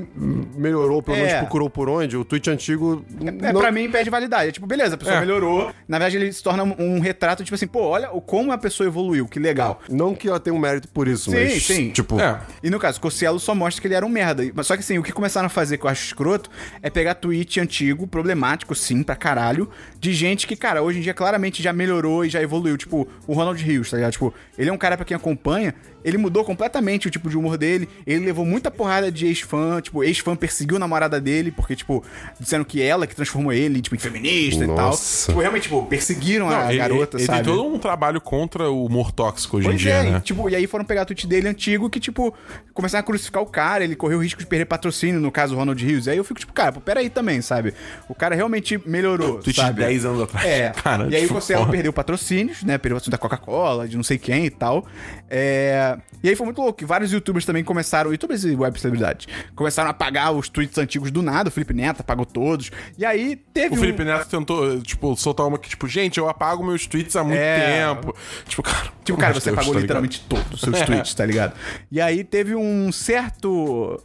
Speaker 2: melhorou, pelo menos
Speaker 1: É.
Speaker 2: procurou por onde, o tweet antigo.
Speaker 1: É,
Speaker 2: não-
Speaker 1: Pra mim, perde validade. É tipo, beleza, a pessoa
Speaker 4: É.
Speaker 1: melhorou. Na verdade, ele se torna um, um retrato, tipo assim, pô, olha o- como a pessoa evoluiu, que legal.
Speaker 2: Não que ela tenha um mérito por isso,
Speaker 1: Sim,
Speaker 2: mas.
Speaker 1: sim.
Speaker 2: Tipo,
Speaker 4: É.
Speaker 1: E no caso, Cossielo só mostra que ele era um merda. Mas Só que assim, o que começaram a fazer que eu acho escroto é pegar tweet antigo, problemático, sim, pra caralho, de gente que, cara, hoje em dia claramente já melhorou e já evoluiu. Tipo, o Ronald Rios, tá ligado? Tipo, ele é um cara pra quem acompanha, ele mudou completamente o tipo de humor dele, ele levou muita porrada de ex-fã, tipo, ex-fã perseguiu a namorada dele, porque, tipo, disseram que ela que transformou ele, tipo, em feminista e tal.
Speaker 2: Nossa.
Speaker 1: Tipo, realmente, tipo, perseguiram
Speaker 4: Não,
Speaker 1: a
Speaker 4: ele,
Speaker 1: garota,
Speaker 4: ele
Speaker 1: sabe?
Speaker 4: tem todo um trabalho contra o humor tóxico hoje em
Speaker 1: Pois
Speaker 4: dia,
Speaker 1: é, e,
Speaker 4: né?
Speaker 1: tipo, e aí foram pegar o tweet dele antigo que, tipo, começaram a crucificar o cara, ele correu o risco de perder patrocínio, no caso, o Ronald Rios. E aí eu fico, tipo, cara, pô, peraí também, sabe? O cara realmente melhorou,
Speaker 4: Tweet de
Speaker 1: sabe?
Speaker 4: 10 anos atrás.
Speaker 1: É,
Speaker 4: Cara,
Speaker 1: e aí
Speaker 4: tipo,
Speaker 1: o Cosselo
Speaker 4: porra.
Speaker 1: perdeu patrocínios, né? Perdeu patrocínio da Coca-Cola, de não sei quem e tal. É, E aí foi muito louco. que Vários youtubers também começaram, youtubers e web celebridades, começaram a apagar os tweets antigos do nada. O Felipe Neto apagou todos. E aí teve
Speaker 4: O Felipe
Speaker 1: um...
Speaker 4: Neto tentou, tipo, soltar uma que, tipo, gente, eu apago meus tweets há muito
Speaker 1: É.
Speaker 4: tempo. Tipo, cara.
Speaker 1: Tipo, cara,
Speaker 4: pelo
Speaker 1: você
Speaker 4: amor de Deus,
Speaker 1: pagou
Speaker 4: tá
Speaker 1: literalmente todos os seus tweets, tá ligado? E aí teve um certo.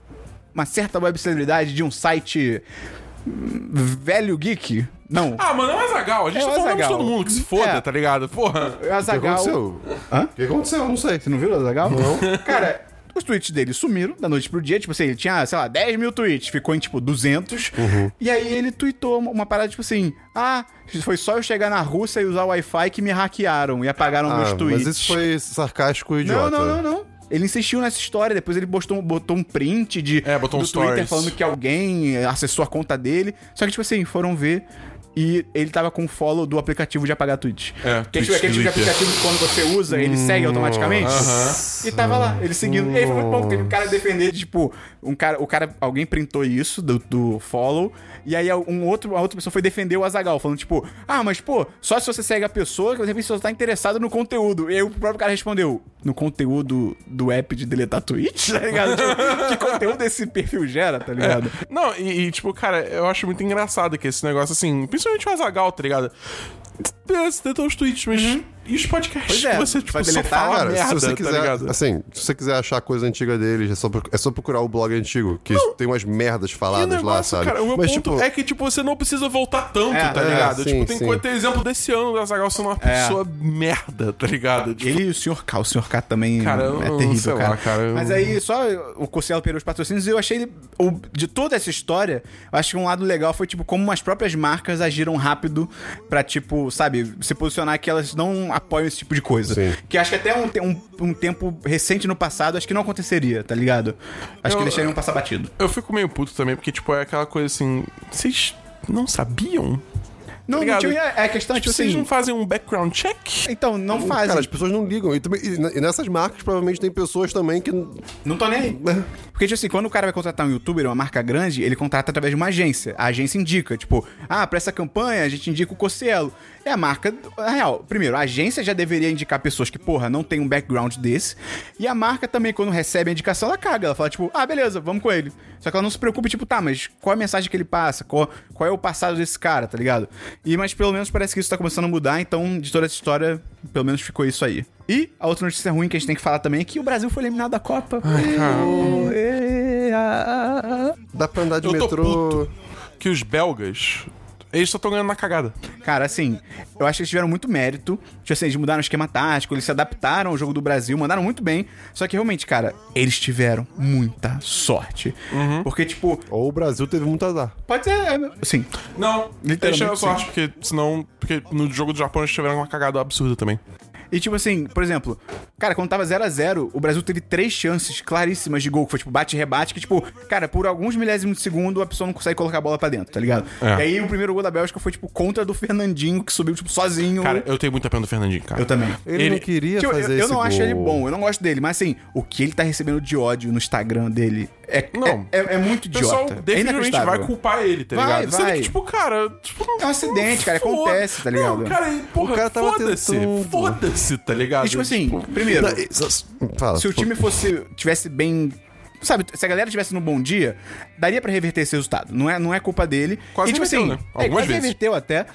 Speaker 1: Uma certa web celebridade de um site. hum, Velho Geek? Não.
Speaker 4: ligado? Ah, mano, é o Azagal. A gente
Speaker 1: É o
Speaker 4: tá falando de
Speaker 1: Azaghal.
Speaker 4: todo mundo que se foda,
Speaker 1: É.
Speaker 4: tá ligado?
Speaker 1: o
Speaker 4: Porra.
Speaker 2: o que
Speaker 1: Azagal.
Speaker 2: aconteceu?
Speaker 1: Hã?
Speaker 2: O que aconteceu? Eu Não sei.
Speaker 1: Você não viu o Azagal? Não. Cara, os tweets dele sumiram da noite pro dia. Tipo assim, ele tinha, sei lá, 10 mil tweets, ficou em tipo 200.
Speaker 2: Uhum.
Speaker 1: E aí ele tweetou uma parada tipo assim: Ah, foi só eu chegar na Rússia e usar o Wi-Fi que me hackearam e apagaram meus
Speaker 2: Ah,
Speaker 1: tweets.
Speaker 2: Mas isso foi sarcástico e
Speaker 1: Não,
Speaker 2: idiota.
Speaker 1: não, não, não. Ele insistiu nessa história, depois ele postou, botou um print de,
Speaker 4: É, botou um
Speaker 1: do Twitter
Speaker 4: stories.
Speaker 1: falando que alguém acessou a conta dele. Só que, tipo assim, foram ver e ele tava com o follow do aplicativo de apagar tweets.
Speaker 4: É,
Speaker 1: que, tipo,
Speaker 4: tweets
Speaker 1: aquele tipo de
Speaker 4: do Twitter. Hum,
Speaker 1: aplicativo que quando você usa, ele segue automaticamente. E tava lá, ele seguindo. E aí foi muito bom, porque teve um cara defender, tipo, um cara, o cara, alguém printou isso do, do follow, e aí um outro, a outra pessoa foi defender o Azagal, falando, tipo, ah, mas pô, só se você segue a pessoa, que de repente você tá interessado no conteúdo. E aí o próprio cara respondeu, no conteúdo do app de deletar tweet, tá ligado? Tipo, que conteúdo esse perfil gera, tá ligado?
Speaker 4: Não, e, e, tipo, cara, eu acho muito engraçado que esse negócio, assim, principalmente o Azagal, tá ligado? Beleza, você tentou os tweets, mas. E os podcasts
Speaker 1: Pois é,
Speaker 4: que você,
Speaker 1: vai
Speaker 4: tipo, só
Speaker 1: deletar,
Speaker 4: fala
Speaker 2: Cara,
Speaker 4: merda,
Speaker 2: se você
Speaker 4: tá
Speaker 2: quiser,
Speaker 4: ligado?
Speaker 2: assim, se você quiser achar coisa antiga deles, é só, proc- é só procurar o blog antigo, que tem umas merdas
Speaker 4: E o
Speaker 2: faladas
Speaker 4: negócio,
Speaker 2: lá, sabe?
Speaker 4: cara, o meu
Speaker 2: Mas,
Speaker 4: ponto
Speaker 2: tipo,
Speaker 4: é que, tipo, você não precisa voltar tanto,
Speaker 1: É,
Speaker 4: tá
Speaker 1: é,
Speaker 4: ligado?
Speaker 2: sim,
Speaker 4: tipo, tem,
Speaker 2: sim. É.
Speaker 4: coisa- tem exemplo desse ano do Azagal sendo uma pessoa merda, tá ligado? Tipo,
Speaker 1: Ele e o Sr. K, o Sr. K também
Speaker 4: Cara, eu
Speaker 1: é
Speaker 4: não- sei
Speaker 1: terrível,
Speaker 4: lá,
Speaker 1: cara.
Speaker 4: cara, eu-
Speaker 1: Mas aí só o Cossielo perdeu os patrocínios e eu achei ele, o- de toda essa história, eu acho que um lado legal foi tipo como as próprias marcas agiram rápido pra, tipo, sabe, se posicionar que elas não apoiam esse tipo de coisa.
Speaker 2: Sim.
Speaker 1: Que acho que até um, te- um- um tempo recente no passado, acho que não aconteceria, tá ligado? Acho
Speaker 4: Eu-
Speaker 1: que deixariam passar batido.
Speaker 4: eu fico meio puto também, porque, tipo, é aquela coisa assim. Vocês não sabiam?
Speaker 1: Não, não
Speaker 4: Tá ligado?
Speaker 1: tinha, é, a questão é tipo
Speaker 4: vocês
Speaker 1: assim,
Speaker 4: não tipo, fazem um background check?
Speaker 1: então, não fazem.
Speaker 2: Cara, as pessoas não ligam. E, também- e ne- e nessas marcas, provavelmente, tem pessoas também que.
Speaker 1: Não tô nem aí. Porque, tipo assim, quando o cara vai contratar um youtuber, uma marca grande, ele contrata através de uma agência. A agência indica, tipo, ah, pra essa campanha a gente indica o Cossielo. É a marca. Na real, primeiro, a agência já deveria indicar pessoas que, porra, não tem um background desse. E a marca também, quando recebe a indicação, ela caga. Ela fala, tipo, ah, beleza, vamos com ele. Só que ela não se preocupa, tipo, tá, mas qual a mensagem que ele passa? Qual, qual é o passado desse cara, tá ligado? E, mas pelo menos parece que isso tá começando a mudar, então, de toda essa história, pelo menos ficou isso aí. E a outra notícia ruim que a gente tem que falar também é que o Brasil foi eliminado da Copa. Ê, ah, ah, ah.
Speaker 2: Dá pra andar de
Speaker 4: Eu tô
Speaker 2: metrô.
Speaker 4: puto. Que os belgas. Eles só estão ganhando na cagada.
Speaker 1: Cara, assim, eu acho que eles tiveram muito mérito. Tipo assim, eles mudaram o esquema tático, eles se adaptaram ao jogo do Brasil, mandaram muito bem. Só que realmente, cara, eles tiveram muita sorte.
Speaker 4: Uhum.
Speaker 1: Porque, tipo,
Speaker 2: Ou o Brasil teve muito azar.
Speaker 1: pode ser. é, Sim.
Speaker 4: Não, é
Speaker 1: Literalmente,
Speaker 4: deixa eu
Speaker 1: sim.
Speaker 4: sorte, porque senão. Porque no jogo do Japão eles tiveram uma cagada absurda também.
Speaker 1: E tipo assim, por exemplo, cara, quando tava 0 a 0 o Brasil teve três chances claríssimas de gol, que foi tipo bate e rebate, que tipo, cara, por alguns milésimos de segundo a pessoa não consegue colocar a bola pra dentro, tá ligado?
Speaker 4: É.
Speaker 1: E aí o primeiro gol da Bélgica foi tipo contra do Fernandinho, que subiu tipo sozinho.
Speaker 4: Cara, eu tenho muita pena do Fernandinho, cara.
Speaker 1: eu também.
Speaker 4: Ele
Speaker 5: Ele,
Speaker 4: não
Speaker 5: não queria
Speaker 1: Tipo, eu-
Speaker 5: fazer
Speaker 1: eu,
Speaker 5: esse
Speaker 1: não acho ele
Speaker 5: gol.
Speaker 1: bom, eu não gosto dele, mas assim, o que ele tá recebendo de ódio no Instagram dele é,
Speaker 4: Não.
Speaker 1: é, é- é muito
Speaker 4: O
Speaker 1: idiota.
Speaker 4: pessoal
Speaker 1: é
Speaker 4: definitivamente
Speaker 1: inacreditável.
Speaker 4: vai culpar ele, tá
Speaker 1: Vai,
Speaker 4: ligado? Sendo
Speaker 1: vai.
Speaker 4: que, tipo, cara, tipo, não-
Speaker 1: É um acidente, cara,
Speaker 4: foda-
Speaker 1: acontece, tá ligado?
Speaker 4: Não, cara, e, porra,
Speaker 5: cara tava
Speaker 4: foda-se,
Speaker 5: tentando.
Speaker 4: foda-se, tá ligado?
Speaker 1: E tipo assim, primeiro,
Speaker 2: Não, e- só- só- Fala.
Speaker 1: se o time fosse tivesse bem Sabe, se a galera tivesse no bom dia, daria pra reverter esse resultado. Não é, não é culpa dele.
Speaker 4: Quase
Speaker 1: e, tipo
Speaker 4: reverteu,
Speaker 1: assim,
Speaker 4: né?
Speaker 1: é,
Speaker 4: Algumas
Speaker 1: quase
Speaker 4: vezes.
Speaker 1: reverteu até.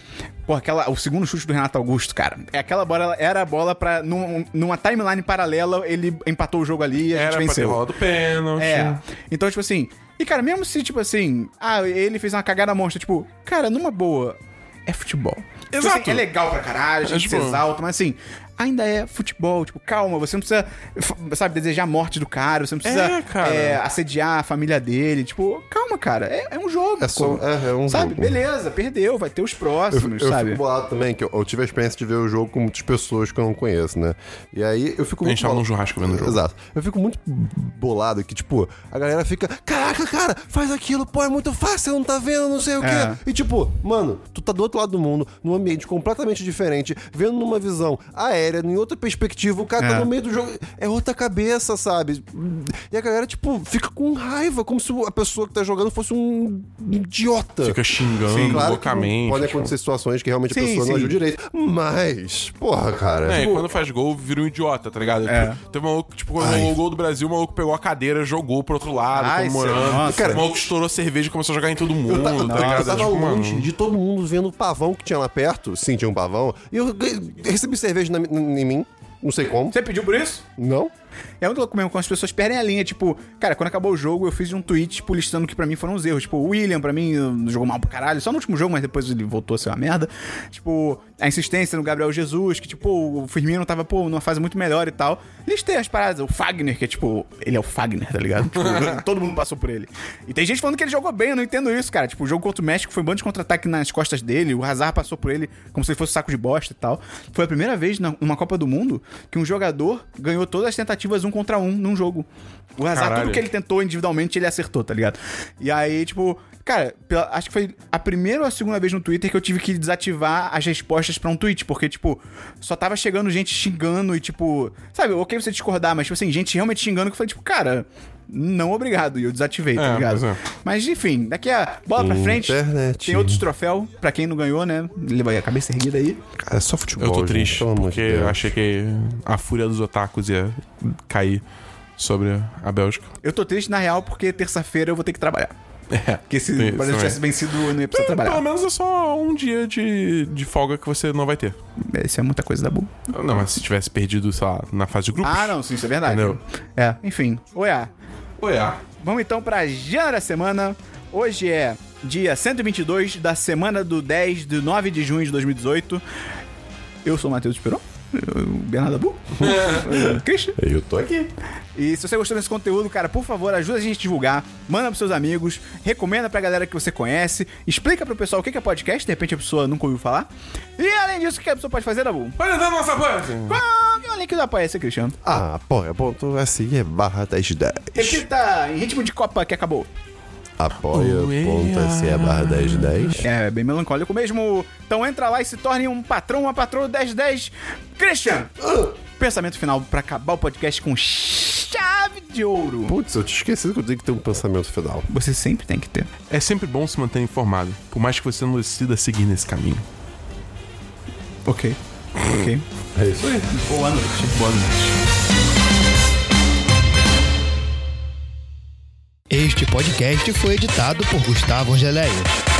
Speaker 1: Pô, aquela, o segundo chute do Renato Augusto, cara. É aquela bola, ela- era a bola pra. num- numa timeline paralela, ele empatou o jogo ali e a
Speaker 4: era
Speaker 1: gente
Speaker 4: pra ter
Speaker 1: venceu.
Speaker 4: rolado pênalti.
Speaker 1: É. Então, tipo assim. E, cara, mesmo se, tipo assim. Ah, ele fez uma cagada monstra. Tipo, cara, numa boa. É futebol. Tipo
Speaker 4: Exato.
Speaker 1: assim, é legal pra caralho, a gente
Speaker 4: É, tipo-
Speaker 1: se exalta, mas assim. Ainda é futebol, tipo, calma, você não precisa, f- sabe, desejar a morte do cara, você não precisa
Speaker 4: É, cara.
Speaker 1: é, assediar a família dele, tipo, calma, cara, é, é um jogo.
Speaker 2: É só-
Speaker 1: pô.
Speaker 2: é, é um
Speaker 1: Sabe,
Speaker 2: jogo.
Speaker 1: beleza, perdeu, vai ter os próximos,
Speaker 2: Eu
Speaker 1: sabe?
Speaker 2: fico bolado também, que eu, eu tive a experiência de ver o jogo com muitas pessoas que eu não conheço, né? E aí eu fico
Speaker 4: A
Speaker 2: muito.
Speaker 4: gente tava
Speaker 2: bolado-
Speaker 4: num churrasco vendo o jogo.
Speaker 2: Exato. Eu fico muito bolado que, tipo, a galera fica, caraca, cara, faz aquilo, pô, é muito fácil, não tá vendo, não sei o quê.
Speaker 1: É.
Speaker 2: E tipo, mano, tu tá do outro lado do mundo, num ambiente completamente diferente, vendo numa visão aérea, em outra perspectiva, o cara
Speaker 1: É.
Speaker 2: tá no meio do jogo, é outra cabeça, sabe? E a galera, tipo, fica com raiva, como se a pessoa que tá jogando fosse um idiota.
Speaker 4: Fica xingando
Speaker 2: Sim, claro que
Speaker 4: loucamente.
Speaker 2: Pode
Speaker 4: tipo.
Speaker 2: acontecer situações que realmente
Speaker 1: Sim,
Speaker 2: a pessoa
Speaker 1: sim.
Speaker 2: não ajuda direito. Mas, porra, cara.
Speaker 4: É, e quando faz gol, vira um idiota, tá ligado?
Speaker 1: É.
Speaker 4: Tipo, teve um maluco, tipo, quando rolou o gol do Brasil, o maluco pegou a cadeira, jogou pro outro lado,
Speaker 1: Ai,
Speaker 4: comemorando.
Speaker 1: sei, nossa.
Speaker 4: Cara, o maluco estourou a cerveja e começou a jogar em todo mundo,
Speaker 2: Eu, ta- eu
Speaker 4: tá
Speaker 2: ta-
Speaker 4: ligado?
Speaker 2: eu tava
Speaker 4: Tipo, mano,
Speaker 2: longe de todo mundo vendo o pavão que tinha lá perto. Sim, tinha um pavão. E eu ganhei- recebi cerveja na, em mim. Não sei como.
Speaker 1: Você pediu por isso?
Speaker 2: Não?
Speaker 1: É muito louco mesmo quando as pessoas perdem a linha. Tipo, cara, quando acabou o jogo, eu fiz um tweet, tipo, listando o que pra mim foram os erros. Tipo, o William, pra mim, eh, jogou mal pra caralho. Só no último jogo, mas depois ele voltou a ser uma merda. Tipo, a insistência no Gabriel Jesus, que, tipo, o Firmino tava, pô, numa fase muito melhor e tal. Listei as paradas. O Fagner, que é, tipo, ele é o Fagner, tá ligado? Tipo, todo mundo passou por ele. E tem gente falando que ele jogou bem, eu não entendo isso, cara. Tipo, o jogo contra o México foi um bando de contra-ataque nas costas dele. O Hazard passou por ele como se ele fosse um saco de bosta e tal. Foi a primeira vez na- numa Copa do Mundo que um jogador ganhou todas as tentativas um contra um num jogo. O Hazard,
Speaker 4: Caralho.
Speaker 1: tudo que ele tentou individualmente, ele acertou, tá ligado? E aí, tipo, cara, pela- acho que foi a primeira ou a segunda vez no Twitter que eu tive que desativar as respostas pra um tweet, porque, tipo, só tava chegando gente xingando e, tipo, sabe, ok você discordar, mas, tipo assim, gente realmente xingando que eu falei, tipo, cara. Não, obrigado. E eu desativei, tá
Speaker 4: É,
Speaker 1: ligado?
Speaker 4: pois é.
Speaker 1: Mas enfim, daqui a bola pra frente,
Speaker 2: Internet.
Speaker 1: tem outros troféus pra quem não ganhou, né? Leva aí a cabeça erguida aí.
Speaker 2: Cara, é só futebol.
Speaker 4: eu tô
Speaker 2: gente,
Speaker 4: triste,
Speaker 2: pelo amor de
Speaker 4: porque
Speaker 2: Deus.
Speaker 4: eu achei que a fúria dos otakus ia cair sobre a Bélgica.
Speaker 1: Eu tô triste, na real, porque terça-feira eu vou ter que trabalhar.
Speaker 4: É.
Speaker 1: Porque se
Speaker 4: Tem
Speaker 1: o
Speaker 4: isso
Speaker 1: Brasil
Speaker 4: também.
Speaker 1: tivesse vencido, eu não ia precisar
Speaker 4: Pelo
Speaker 1: trabalhar.
Speaker 4: menos é só um dia de, de folga que você não vai ter.
Speaker 1: Isso é muita coisa da boa.
Speaker 4: Não, mas se tivesse perdido, sei lá, na fase de grupos.
Speaker 1: Ah, não, sim, isso é verdade.
Speaker 4: Entendeu?
Speaker 1: É, enfim. Oi, ah.
Speaker 4: Ué, ah.
Speaker 1: Vamos então pra agenda da semana. Hoje é dia 122 da semana do 10 de 9 de junho de 2018. Eu sou o Matheus Esperon. eu- Bernardo Abu. Christian.
Speaker 2: Eu tô aqui.
Speaker 1: E se você gostou desse conteúdo, cara, por favor, ajuda a gente a divulgar, manda pros seus amigos, recomenda pra galera que você conhece, explica pro pessoal o que que é podcast, de repente a pessoa nunca ouviu falar. E além disso, o que a pessoa pode fazer, Dabu?
Speaker 4: Olha, dá nossa parte!
Speaker 1: Qual que é o link do Apoia-se, Cristiano?
Speaker 2: Ah, apoia.se barra 1010.
Speaker 1: Repita tá em ritmo de Copa que acabou.
Speaker 2: Apoia.se barra 1010.
Speaker 1: É, bem melancólico mesmo. Então entra lá e se torne um patrão, uma patroa 1010. Christian!
Speaker 2: Ah.
Speaker 1: Pensamento final pra acabar o podcast com chave de ouro.
Speaker 2: Putz, eu tinha esquecido que eu tenho que ter um pensamento final.
Speaker 1: Você sempre tem que ter.
Speaker 4: É sempre bom se manter informado, por mais que você não decida seguir nesse caminho.
Speaker 1: Ok. Ok.
Speaker 2: É isso aí.
Speaker 1: Boa noite.
Speaker 4: Boa noite.
Speaker 6: Este podcast foi editado por Gustavo Angeléia.